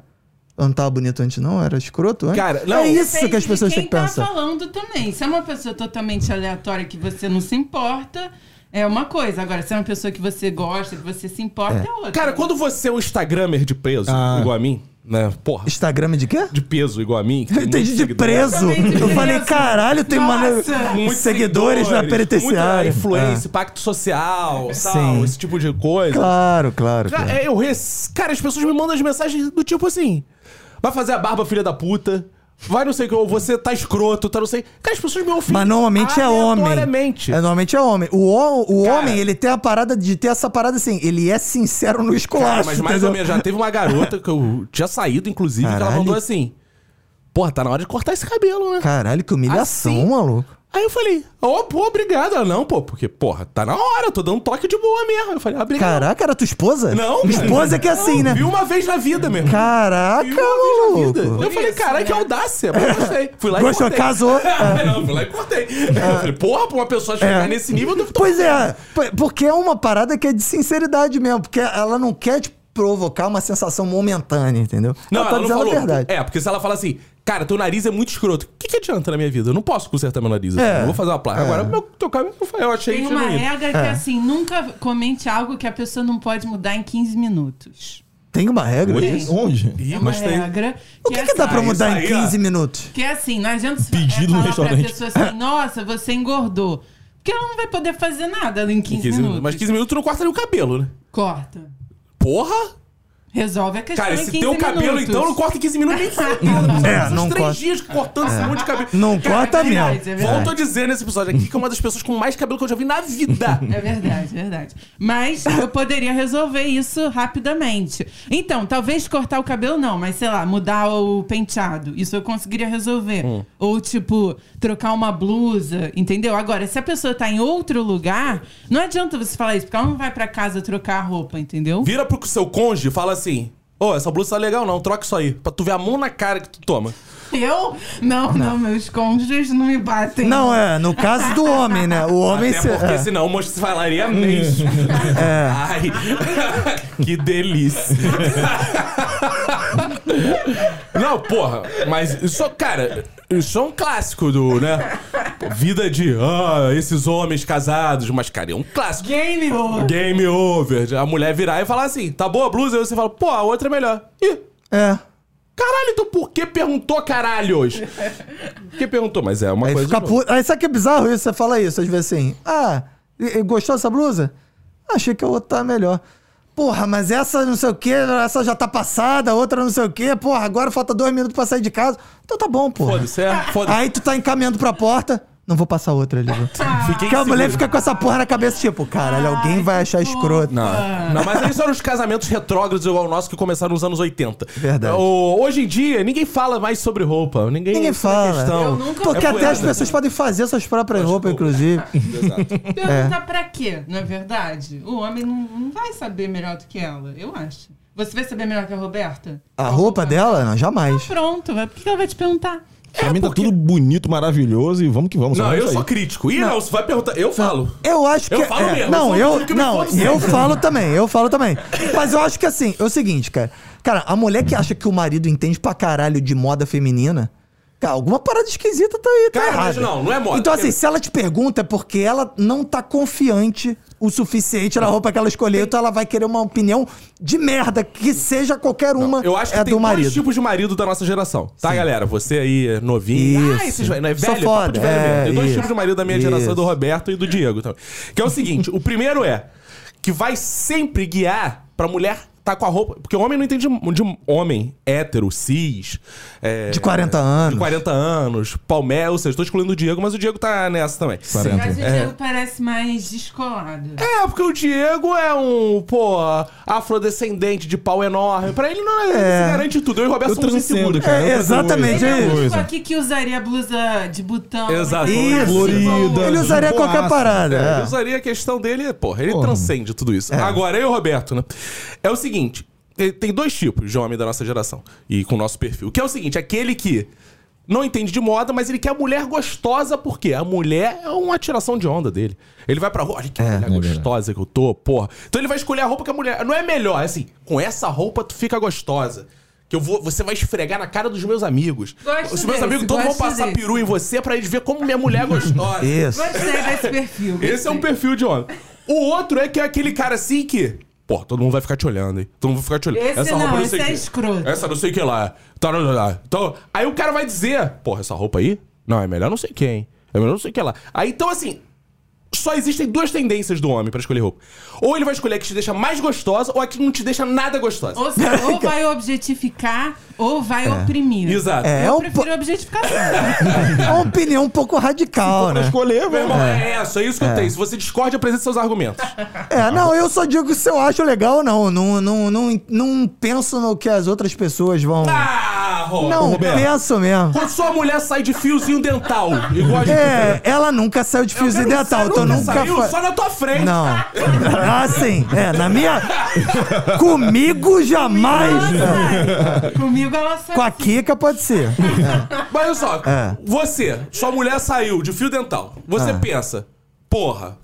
Speaker 2: eu não tava bonito antes não? Eu Era escroto antes?
Speaker 1: Cara, não,
Speaker 2: é isso
Speaker 3: Depende
Speaker 2: que as pessoas
Speaker 3: de
Speaker 2: têm
Speaker 3: quem
Speaker 2: que
Speaker 3: tá
Speaker 2: pensar.
Speaker 3: falando também. Se é uma pessoa totalmente aleatória que você não se importa, é uma coisa. Agora, se é uma pessoa que você gosta, que você se importa, é, outra.
Speaker 1: Cara, quando você é um Instagrammer de preso,
Speaker 4: Ah.
Speaker 1: igual a mim, né? Porra,
Speaker 2: Instagram é de quê?
Speaker 1: de peso igual a mim. que tem
Speaker 2: Eu entendi
Speaker 1: muito
Speaker 2: de
Speaker 1: seguidor.
Speaker 2: preso.
Speaker 3: Também de
Speaker 2: Eu falei,
Speaker 3: preso.
Speaker 2: caralho, tem mane...
Speaker 3: Nossa,
Speaker 1: Muitos
Speaker 2: seguidores na
Speaker 1: Muita
Speaker 2: penitenciária. Ah.
Speaker 1: influência, pacto social, tal,
Speaker 2: Sim.
Speaker 1: esse tipo de
Speaker 2: É.
Speaker 1: coisa.
Speaker 2: Claro, claro.
Speaker 1: Já-
Speaker 2: claro.
Speaker 1: é, eu res- Cara, as pessoas me mandam as mensagens do tipo assim: vai fazer a barba, filha da puta. Vai não sei o que, ou você tá escroto, tá não sei. Cara, as pessoas me ofendem.
Speaker 2: Mas normalmente é homem.
Speaker 1: aleatoriamente.
Speaker 2: É, normalmente é homem. O, ho- o
Speaker 1: Cara.
Speaker 2: homem, ele tem a parada de ter essa parada assim, ele é sincero no
Speaker 1: Cara,
Speaker 2: esculacho.
Speaker 1: mas mais
Speaker 2: entendeu?
Speaker 1: ou menos, já tá- teve uma garota que eu tinha saído, inclusive, que ela
Speaker 2: Caralho.
Speaker 1: mandou assim: Porra, tá na hora de cortar esse cabelo, né?
Speaker 2: Caralho, que humilhação,
Speaker 1: Assim?
Speaker 2: maluco.
Speaker 1: Aí eu falei, ô, pô, obrigado. Ela, não, pô, porque, porra, tá na hora, eu tô dando um toque de boa mesmo. Eu falei, ah, obrigado.
Speaker 2: Caraca, era tua esposa?
Speaker 1: Não,
Speaker 2: Minha
Speaker 1: cara.
Speaker 2: esposa é que é assim, né?
Speaker 1: Vi uma vez na vida mesmo.
Speaker 2: Caraca,
Speaker 1: Vi uma vez na vida.
Speaker 2: maluco.
Speaker 1: Eu falei,
Speaker 3: Isso,
Speaker 1: caralho,
Speaker 3: né?
Speaker 1: que audácia. Mas eu gostei. Fui lá
Speaker 2: Gostou,
Speaker 1: e cortei.
Speaker 2: casou. É.
Speaker 1: É, não, fui lá e cortei. Eu falei, porra, pra uma pessoa chegar nesse nível, eu devo
Speaker 2: Pois é, p- porque é uma parada que é de sinceridade mesmo, porque ela não quer te provocar uma sensação momentânea, entendeu?
Speaker 1: Não, ela,
Speaker 2: tá
Speaker 1: não
Speaker 2: dizendo
Speaker 1: falou.
Speaker 2: a verdade.
Speaker 1: É, porque se ela fala assim, cara, teu nariz é muito escroto. O que, que adianta na minha vida? Eu não posso consertar meu nariz. assim,
Speaker 2: É.
Speaker 1: Eu vou fazer uma placa. Agora, meu, teu cabelo, eu achei
Speaker 3: Tem uma
Speaker 1: genuíno.
Speaker 3: regra que é assim, nunca comente algo que a pessoa não pode mudar em 15 minutos.
Speaker 2: Tem uma regra?
Speaker 1: Oi?
Speaker 2: disso?
Speaker 4: Onde?
Speaker 1: Ih,
Speaker 3: É uma
Speaker 1: gostei.
Speaker 3: regra.
Speaker 2: O que, que dá pra
Speaker 1: isso
Speaker 2: mudar
Speaker 1: aí,
Speaker 2: em
Speaker 1: ó.
Speaker 2: 15 minutos?
Speaker 3: Porque assim, não adianta você
Speaker 4: Pedido no
Speaker 3: falar pra
Speaker 4: restaurante.
Speaker 3: pessoa assim, nossa, você engordou. Porque ela não vai poder fazer nada em 15,
Speaker 1: 15
Speaker 3: minutos.
Speaker 1: minutos. Mas 15 minutos tu não corta nem o cabelo, né?
Speaker 3: Corta.
Speaker 1: Porra!
Speaker 3: Resolve a questão
Speaker 1: Cara,
Speaker 3: tá em
Speaker 1: esse
Speaker 3: 15
Speaker 1: teu cabelo,
Speaker 3: minutos.
Speaker 1: então, não corta em 15 minutos nem fudendo.
Speaker 2: É,
Speaker 1: Uns
Speaker 2: não
Speaker 1: três
Speaker 2: corta. É.
Speaker 1: dias cortando esse monte de cabelo.
Speaker 2: Não
Speaker 3: Cara,
Speaker 2: corta
Speaker 3: é verdade,
Speaker 2: mesmo.
Speaker 3: é verdade.
Speaker 1: Volto a dizer nesse episódio aqui que é uma das pessoas com mais cabelo que eu já vi na vida.
Speaker 3: É verdade, é verdade. Mas eu poderia resolver isso rapidamente. Então, talvez cortar o cabelo não, mas sei lá, mudar o penteado. Isso eu conseguiria resolver.
Speaker 1: Hum.
Speaker 3: Ou tipo, trocar uma blusa, entendeu? Agora, se a pessoa tá em outro lugar, não adianta você falar isso, porque ela não vai pra casa trocar a roupa, entendeu?
Speaker 1: Vira pro seu cônjuge e fala assim: Ô, essa blusa tá legal não, troca isso aí. Pra tu ver a mão na cara que tu toma.
Speaker 3: Eu? Não, não, meus cônjuges não me batem.
Speaker 2: Não, é, no caso do homem, né? O homem
Speaker 1: Até
Speaker 2: se.
Speaker 1: porque
Speaker 2: é.
Speaker 1: senão o monstro falaria mesmo. Ai, que delícia. Não, porra, mas isso, cara, isso é um clássico do, né? Vida de, ah, esses homens casados. Mas, cara, é um clássico.
Speaker 3: Game over.
Speaker 1: Game over. A mulher virar e falar assim, tá boa a blusa? Aí você fala, pô, a outra é melhor. Ih,
Speaker 2: é.
Speaker 1: Caralho, então por que perguntou caralhos? Por que perguntou? Mas é uma
Speaker 2: Aí
Speaker 1: coisa.
Speaker 2: fica
Speaker 1: de novo.
Speaker 2: puto. Aí sabe que é bizarro isso? Você fala isso, às vezes assim. Ah, e- e gostou dessa blusa? Achei que a outra tá melhor. Porra, mas essa não sei o que, essa já tá passada, a outra não sei o que, porra, agora falta dois minutos pra sair de casa. Então tá bom, porra.
Speaker 1: Foda-se, é? Foda-se.
Speaker 2: Aí tu tá encaminhando pra porta. Não vou passar outra ali.
Speaker 3: Ah.
Speaker 1: Fiquei
Speaker 2: Porque a mulher
Speaker 1: inseguro.
Speaker 2: fica com essa porra na cabeça, tipo, caralho, alguém vai achar escroto.
Speaker 1: Ah.
Speaker 2: ah.
Speaker 1: Não. não, mas aí são os casamentos retrógrados igual o nosso que começaram nos anos 80.
Speaker 2: Verdade.
Speaker 1: O- hoje em dia, ninguém fala mais sobre roupa. Ninguém,
Speaker 2: Ninguém
Speaker 1: isso não é
Speaker 2: fala.
Speaker 1: questão.
Speaker 3: Eu nunca-
Speaker 2: Porque
Speaker 1: É
Speaker 2: até as
Speaker 1: poeira.
Speaker 2: pessoas podem fazer suas próprias roupas, inclusive.
Speaker 1: Exato.
Speaker 3: Perguntar pra quê, não é verdade? O homem não, não vai saber melhor do que ela, eu acho. Você vai saber melhor que a Roberta?
Speaker 2: A roupa dela, não, jamais.
Speaker 3: Pronto, vai. por que que ela vai te perguntar?
Speaker 4: pra mim tá tudo bonito, maravilhoso e vamos que vamos.
Speaker 1: É, Não,
Speaker 4: sabe? É
Speaker 1: eu
Speaker 4: isso
Speaker 1: sou
Speaker 4: aí.
Speaker 1: crítico. Ih, não. você vai perguntar. Eu falo.
Speaker 2: Eu acho que.
Speaker 1: Eu falo
Speaker 2: é,
Speaker 1: mesmo, eu
Speaker 2: Não,
Speaker 1: sou um
Speaker 2: eu,
Speaker 1: tipo que me
Speaker 2: não,
Speaker 1: foda sempre.
Speaker 2: eu falo também, eu falo também. Mas eu acho que assim, é o seguinte, cara. Cara, a mulher que acha que o marido entende pra caralho de moda feminina, cara, alguma parada esquisita tá aí, tá
Speaker 1: Cara, mas
Speaker 2: errada.
Speaker 1: não, não é moda.
Speaker 2: Então, assim, se ela te pergunta, é porque ela não tá confiante o suficiente na roupa que ela escolheu, então ela vai querer uma opinião de merda, que seja qualquer uma
Speaker 1: Eu acho que
Speaker 2: é
Speaker 1: tem
Speaker 2: do marido.
Speaker 1: dois tipos de marido da nossa geração. Tá, galera? Você aí é novinho.
Speaker 2: Isso.
Speaker 1: Ah, esses velhos. Não é
Speaker 2: Sou
Speaker 1: velho, é papo de
Speaker 2: foda,
Speaker 1: velho
Speaker 2: é,
Speaker 1: mesmo. Tem dois
Speaker 2: isso.
Speaker 1: tipos de marido da minha geração,
Speaker 2: Isso.
Speaker 1: do Roberto e do Diego também. Que é o seguinte: o primeiro é. que vai sempre guiar pra mulher tá com a roupa. Porque homem não entende de, de homem hétero, cis. é,
Speaker 2: De 40 anos.
Speaker 1: De 40 anos, palmel, ou seja, tô excluindo o Diego, mas o Diego tá nessa também.
Speaker 3: Mas o
Speaker 4: 40.
Speaker 2: É.
Speaker 3: Diego parece mais descolado.
Speaker 1: É, porque o Diego é um, pô, afrodescendente de pau enorme. Pra ele não é, ele se garante tudo. Eu e o Roberto
Speaker 4: Eu
Speaker 1: somos
Speaker 4: transcendo,
Speaker 1: inseguros.
Speaker 4: cara.
Speaker 2: É,
Speaker 4: eu transcendo.
Speaker 2: exatamente,
Speaker 3: Ele é o único
Speaker 4: Coisa.
Speaker 3: aqui que usaria blusa de botão.
Speaker 1: Exato.
Speaker 3: né?
Speaker 1: Isso.
Speaker 4: Florida.
Speaker 2: Ele usaria
Speaker 4: Boaça.
Speaker 2: qualquer parada.
Speaker 1: É,
Speaker 2: é.
Speaker 1: Ele usaria a questão dele, porra, ele
Speaker 4: Porra. É.
Speaker 1: transcende tudo isso. Agora, eu e o Roberto, né? É o seguinte: eh, tem dois tipos de homem da nossa geração e com o nosso perfil. Que é o seguinte: aquele que não entende de moda, mas ele quer a mulher gostosa, porque a mulher é uma atiração de onda dele. Ele vai pra rua, olha que mulher
Speaker 4: é verdade.
Speaker 1: gostosa que eu tô, porra. Então ele vai escolher a roupa que a mulher. Não é melhor, é assim, com essa roupa tu fica gostosa. Que eu vou, você vai esfregar na cara dos meus amigos.
Speaker 3: Gosto
Speaker 1: Os meus
Speaker 3: desse,
Speaker 1: amigos todos vão
Speaker 3: gosto
Speaker 1: passar
Speaker 3: desse.
Speaker 1: peru em você pra eles ver como minha mulher é gostosa.
Speaker 2: Isso.
Speaker 3: Gostei desse perfil. gostei.
Speaker 1: Esse é um perfil de homem. O outro é que é aquele cara assim que. Pô, todo mundo vai ficar te olhando, hein? Todo mundo vai ficar te olhando.
Speaker 3: Esse não,
Speaker 1: roupa
Speaker 3: esse
Speaker 1: sei o
Speaker 3: é
Speaker 1: quê.
Speaker 3: escroto.
Speaker 1: Essa não sei o que lá. Tá, lá, lá, lá. Então, aí o cara vai dizer, porra, essa roupa aí? Não, é melhor não sei quem. É melhor não sei o que lá. Aí então, assim, só existem duas tendências do homem pra escolher roupa. Ou ele vai escolher a que te deixa mais gostosa, ou a que não te deixa nada gostosa.
Speaker 3: Ou, se- ou vai objetificar, ou vai oprimir.
Speaker 1: Exato.
Speaker 2: É,
Speaker 3: Eu
Speaker 2: um
Speaker 3: prefiro objetificação.
Speaker 2: É uma opinião um pouco radical,
Speaker 4: Pra
Speaker 2: né?
Speaker 4: escolher,
Speaker 1: Meu
Speaker 4: velho.
Speaker 1: irmão, é. essa, é isso que eu tenho. Se você discorde, apresente seus argumentos.
Speaker 2: É, não, eu só digo se eu acho legal ou não. Não, não, não, não penso no que as outras pessoas vão.
Speaker 1: ah, Roberto.
Speaker 2: não,
Speaker 1: Roberto.
Speaker 2: penso mesmo.
Speaker 1: Quando sua mulher sai de fiozinho dental, igual a gente
Speaker 2: É, ela nunca saiu de fios
Speaker 1: Eu
Speaker 2: e
Speaker 1: quero
Speaker 2: dental.
Speaker 1: saber,
Speaker 2: Então
Speaker 1: nunca
Speaker 2: nunca
Speaker 1: saiu,
Speaker 2: fa-
Speaker 1: Só na tua frente.
Speaker 2: Não. Ah, sim. É, na minha. Comigo jamais. É,
Speaker 3: Comigo ela sabe.
Speaker 2: Com a Kika pode ser.
Speaker 1: Mas olha só,
Speaker 2: É.
Speaker 1: você, sua mulher saiu de fio dental. Você pensa, porra,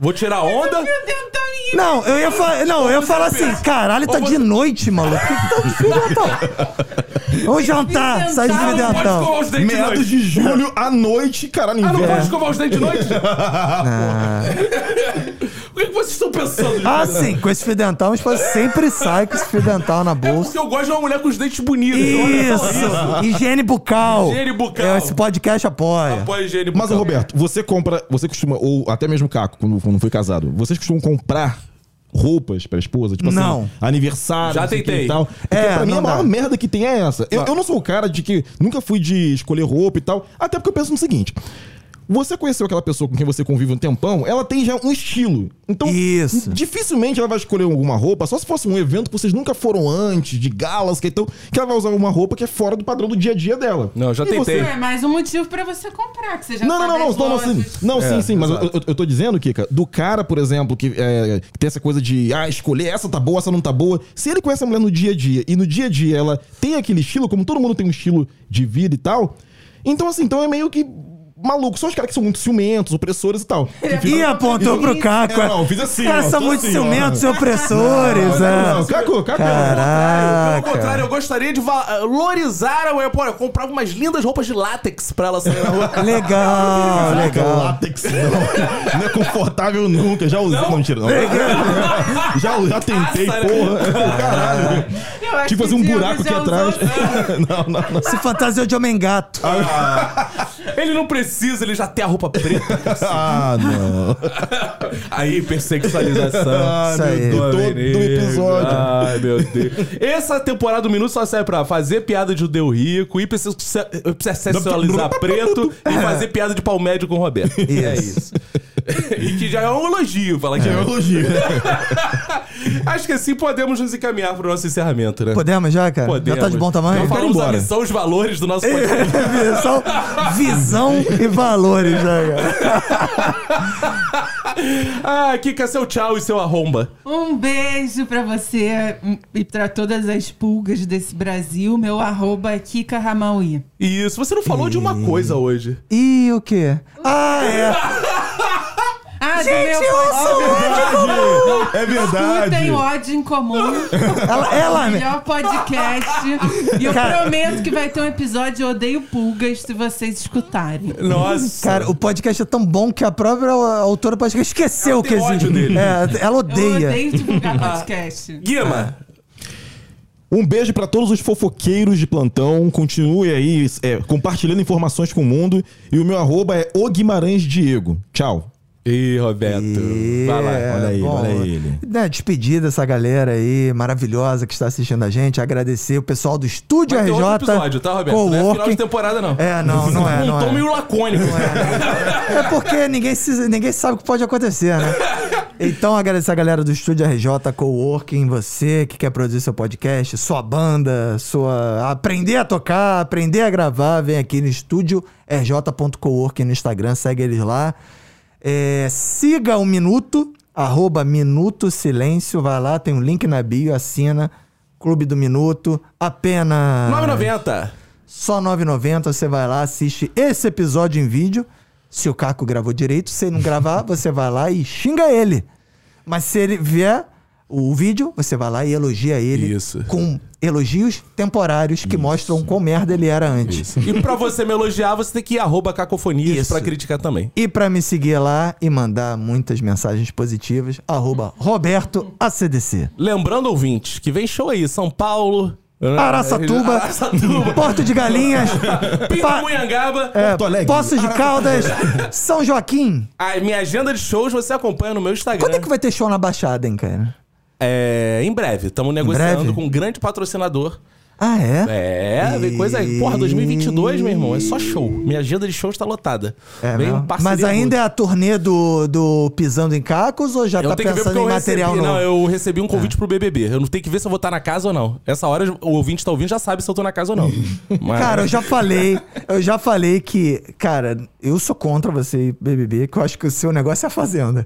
Speaker 1: vou tirar onda?
Speaker 3: Meu Deus, então ninguém.
Speaker 2: Não, eu ia falar. Não, eu ia falar assim, caralho, tá de noite, maluco. Por que que tá de fio dental? Vamos jantar, sai de então. fio
Speaker 1: Ah, não pode escovar
Speaker 2: dental.
Speaker 1: os dentes de
Speaker 4: Meados
Speaker 1: noite.
Speaker 4: de julho à noite, caralho,
Speaker 1: Ah, não
Speaker 4: inverno.
Speaker 1: pode escovar os dentes de noite? o que, que vocês estão pensando? gente?
Speaker 2: Ah, sim, com esse fio dental, mas pode sempre sai com esse fio dental na
Speaker 1: É
Speaker 2: bolsa.
Speaker 1: porque eu gosto de uma mulher com os dentes bonitos. Olha só
Speaker 2: Isso! Higiene bucal!
Speaker 1: Higiene bucal.
Speaker 2: É, Esse podcast apoia.
Speaker 1: Apoia a higiene
Speaker 4: Mas, ô,
Speaker 1: bucal.
Speaker 4: Roberto, você compra, você costuma, ou até mesmo Caco, quando, quando foi casado, vocês costumam comprar roupas pra esposa? Tipo
Speaker 2: Não.
Speaker 4: assim, aniversário,
Speaker 1: Já
Speaker 4: não sei o que
Speaker 1: tentei.
Speaker 4: e tal. Porque
Speaker 2: É,
Speaker 4: pra mim
Speaker 2: não
Speaker 4: a maior
Speaker 2: dá.
Speaker 4: merda que tem é essa. Eu, eu não sou o cara de que nunca fui de escolher roupa e tal, até porque eu penso no seguinte. Você conheceu aquela pessoa com quem você convive um tempão, ela tem já um estilo. Então,
Speaker 2: Isso.
Speaker 4: dificilmente ela vai escolher alguma roupa, só se fosse um evento que vocês nunca foram antes, de galas, que então, que ela vai usar alguma roupa que é fora do padrão do dia a dia dela.
Speaker 1: Não, já
Speaker 4: E você-
Speaker 1: tentei.
Speaker 3: É mais um motivo pra você comprar, que você já
Speaker 4: não, não,
Speaker 3: sabe
Speaker 4: não, não,
Speaker 3: as
Speaker 4: não, não, sim,
Speaker 3: lojas.
Speaker 4: não,
Speaker 1: É,
Speaker 4: sim, sim, mas eu,
Speaker 1: exato.
Speaker 4: eu, eu tô dizendo, Kika, do cara, por exemplo, que, é, que tem essa coisa de, ah, escolher essa tá boa, essa não tá boa. Se ele conhece a mulher no dia a dia e no dia a dia ela tem aquele estilo, como todo mundo tem um estilo de vida e tal, então assim, então é meio que maluco. São os caras que são muito ciumentos, opressores e tal. Que
Speaker 3: é
Speaker 4: ficam-
Speaker 2: Ih, apontou pro Caco.
Speaker 4: É, não, fiz assim,
Speaker 2: Caras
Speaker 4: ó,
Speaker 2: são
Speaker 4: tô
Speaker 2: muito
Speaker 4: assim, ó.
Speaker 2: ciumentos e opressores.
Speaker 4: Não, não,
Speaker 2: é.
Speaker 4: Caco, Caco.
Speaker 1: Pelo
Speaker 2: Caraca.
Speaker 1: contrário, eu gostaria de valorizar a mulher. Pô, eu comprava umas lindas roupas de látex pra ela sair na rua.
Speaker 2: Legal,
Speaker 4: Caraca,
Speaker 2: legal.
Speaker 4: Látex, não. Não é confortável nunca. Já usei. Não, mentira, não. Já, já tentei,
Speaker 1: Nossa, né?
Speaker 4: porra. Caralho.
Speaker 3: Eu acho
Speaker 4: Tipo
Speaker 3: que
Speaker 4: fazer um
Speaker 3: o Diego
Speaker 4: buraco
Speaker 3: já
Speaker 4: aqui
Speaker 3: usou
Speaker 4: atrás.
Speaker 2: Se fantasiou de homem gato.
Speaker 4: Ah,
Speaker 1: Ele não precisa, ele já tem a roupa preta.
Speaker 4: Ah, não.
Speaker 1: Aí, hipersexualização.
Speaker 4: Ah,
Speaker 2: Isso aí.
Speaker 4: meu Deus. Todo um episódio.
Speaker 1: Ai, meu Deus. Essa temporada do Minuto só serve pra fazer piada de judeu rico, hipersexualizar preto e fazer piada de palmédio com o Roberto. É isso. e que já é um elogio falar que é, um
Speaker 4: elogio.
Speaker 1: Acho que assim podemos nos encaminhar pro nosso encerramento, né?
Speaker 2: Podemos já, cara?
Speaker 1: Podemos.
Speaker 2: Já tá de bom
Speaker 1: Então
Speaker 2: tamanho?
Speaker 1: falamos a
Speaker 4: embora.
Speaker 1: missão, os valores do nosso podcast.
Speaker 2: Visão, visão e valores, né, cara?
Speaker 1: ah, Kika, seu tchau e seu arromba.
Speaker 3: Um beijo pra você hum, e pra todas as pulgas desse Brasil. Meu arroba é Kika Ramaui.
Speaker 1: Isso, você não falou de uma coisa hoje.
Speaker 2: E o quê? Ah, é. um
Speaker 3: Ah,
Speaker 2: Gente,
Speaker 3: do meu
Speaker 2: eu sou
Speaker 4: É
Speaker 3: Escutem
Speaker 4: verdade.
Speaker 3: ódio em comum.
Speaker 2: Ela,
Speaker 5: É
Speaker 2: ela
Speaker 3: Melhor podcast. E eu
Speaker 2: Cara.
Speaker 3: prometo que vai ter um episódio Eu Odeio Pulgas se vocês escutarem.
Speaker 1: Nossa.
Speaker 2: Cara, o podcast é tão bom que a própria autora do podcast esqueceu
Speaker 1: Ela
Speaker 2: que
Speaker 1: tem ódio
Speaker 2: existe.
Speaker 1: dele.
Speaker 2: É, ela
Speaker 3: Eu
Speaker 2: odeia.
Speaker 3: odeio divulgar podcast.
Speaker 1: Guima,
Speaker 4: Um beijo pra todos os fofoqueiros de plantão. Continue aí é, compartilhando informações com o mundo. E o meu arroba é o Guimarães Diego. Tchau.
Speaker 5: Ih, Roberto.
Speaker 2: E-
Speaker 5: Vai lá.
Speaker 4: olha aí, olha ele.
Speaker 2: Né, despedida essa galera aí, maravilhosa que está assistindo a gente. Agradecer o pessoal do Estúdio
Speaker 5: Vai ter
Speaker 2: RJ.
Speaker 5: outro episódio, tá, Roberto? Não é final de
Speaker 2: Coworking.
Speaker 5: temporada, não.
Speaker 2: É, não, não é, não
Speaker 1: um tom
Speaker 2: é.
Speaker 1: meio lacônico.
Speaker 2: É porque ninguém, se- ninguém sabe o que pode acontecer, né? Então, agradecer a galera do Estúdio RJ, Coworking, você que quer produzir seu podcast, sua banda, sua. aprender a tocar, aprender a gravar, vem aqui no estúdio rj.coworking no Instagram, segue eles lá. É, siga o Minuto, arroba Minuto Silêncio, vai lá, tem um link na bio, assina. Clube do Minuto, apenas.
Speaker 1: 9,90.
Speaker 2: Só R$ 9,90 você vai lá, assiste esse episódio em vídeo. Se o Caco gravou direito, se ele não gravar, você vai lá e xinga ele. Mas se ele vier o vídeo, você vai lá e elogia ele
Speaker 5: Isso.
Speaker 2: com elogios temporários que mostram quão merda ele era antes.
Speaker 1: E pra você me elogiar, você tem que ir arroba cacofonias
Speaker 2: Isso.
Speaker 1: pra criticar também.
Speaker 2: E pra me seguir lá e mandar muitas mensagens positivas, arroba Roberto ACDC.
Speaker 1: Lembrando, ouvinte, que vem show aí, São Paulo.
Speaker 2: Araçatuba,
Speaker 1: Araçatuba.
Speaker 2: Porto de Galinhas, Pa-
Speaker 1: Pindamonhangaba.
Speaker 2: é,
Speaker 4: Porto Alegre.
Speaker 2: Poços de Caldas, São Joaquim.
Speaker 1: A minha agenda de shows você acompanha no meu Instagram.
Speaker 2: Quando é que vai ter show na Baixada, hein, cara?
Speaker 1: É, em breve. Estamos negociando
Speaker 2: breve?
Speaker 1: com um grande patrocinador.
Speaker 2: Ah, é?
Speaker 1: É, vem coisa aí. Porra, 2022, meu irmão, é só show. Minha agenda de shows tá lotada. Vem
Speaker 2: mesmo?
Speaker 1: parceria
Speaker 2: É, Mas ainda
Speaker 1: mútua.
Speaker 2: é a turnê do, do Pisando em Cacos ou já
Speaker 1: Eu
Speaker 2: tá
Speaker 1: tenho que ver
Speaker 2: pensando
Speaker 1: porque
Speaker 2: em
Speaker 1: eu
Speaker 2: material
Speaker 1: recebi. Não,
Speaker 2: novo? É.
Speaker 1: eu recebi um convite pro BBB. Eu não tenho que ver se eu vou estar na casa ou não. Essa hora o ouvinte tá ouvindo já sabe se eu tô na casa ou não. Mas-
Speaker 2: Cara, eu já falei, eu já falei que, cara, eu sou contra você ir BBB, que eu acho que o seu negócio é a Fazenda.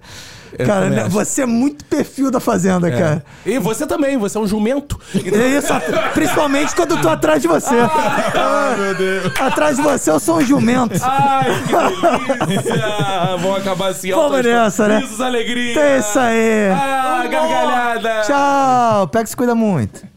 Speaker 2: cara,
Speaker 1: também
Speaker 2: né,
Speaker 1: acho. É.
Speaker 2: você é muito perfil da Fazenda, cara.
Speaker 1: E você também, você é um jumento.
Speaker 2: É isso, principalmente quando eu tô atrás de você.
Speaker 1: Ah,
Speaker 4: Ai, meu Deus.
Speaker 2: atrás de você eu sou um jumento.
Speaker 1: Ai, que delícia! Vão acabar assim,
Speaker 2: Vamos
Speaker 1: altas-
Speaker 2: nessa, né?
Speaker 1: Risos, alegria!
Speaker 2: É isso aí.
Speaker 1: Ah, gargalhada!
Speaker 2: Tchau, pega e se cuida muito.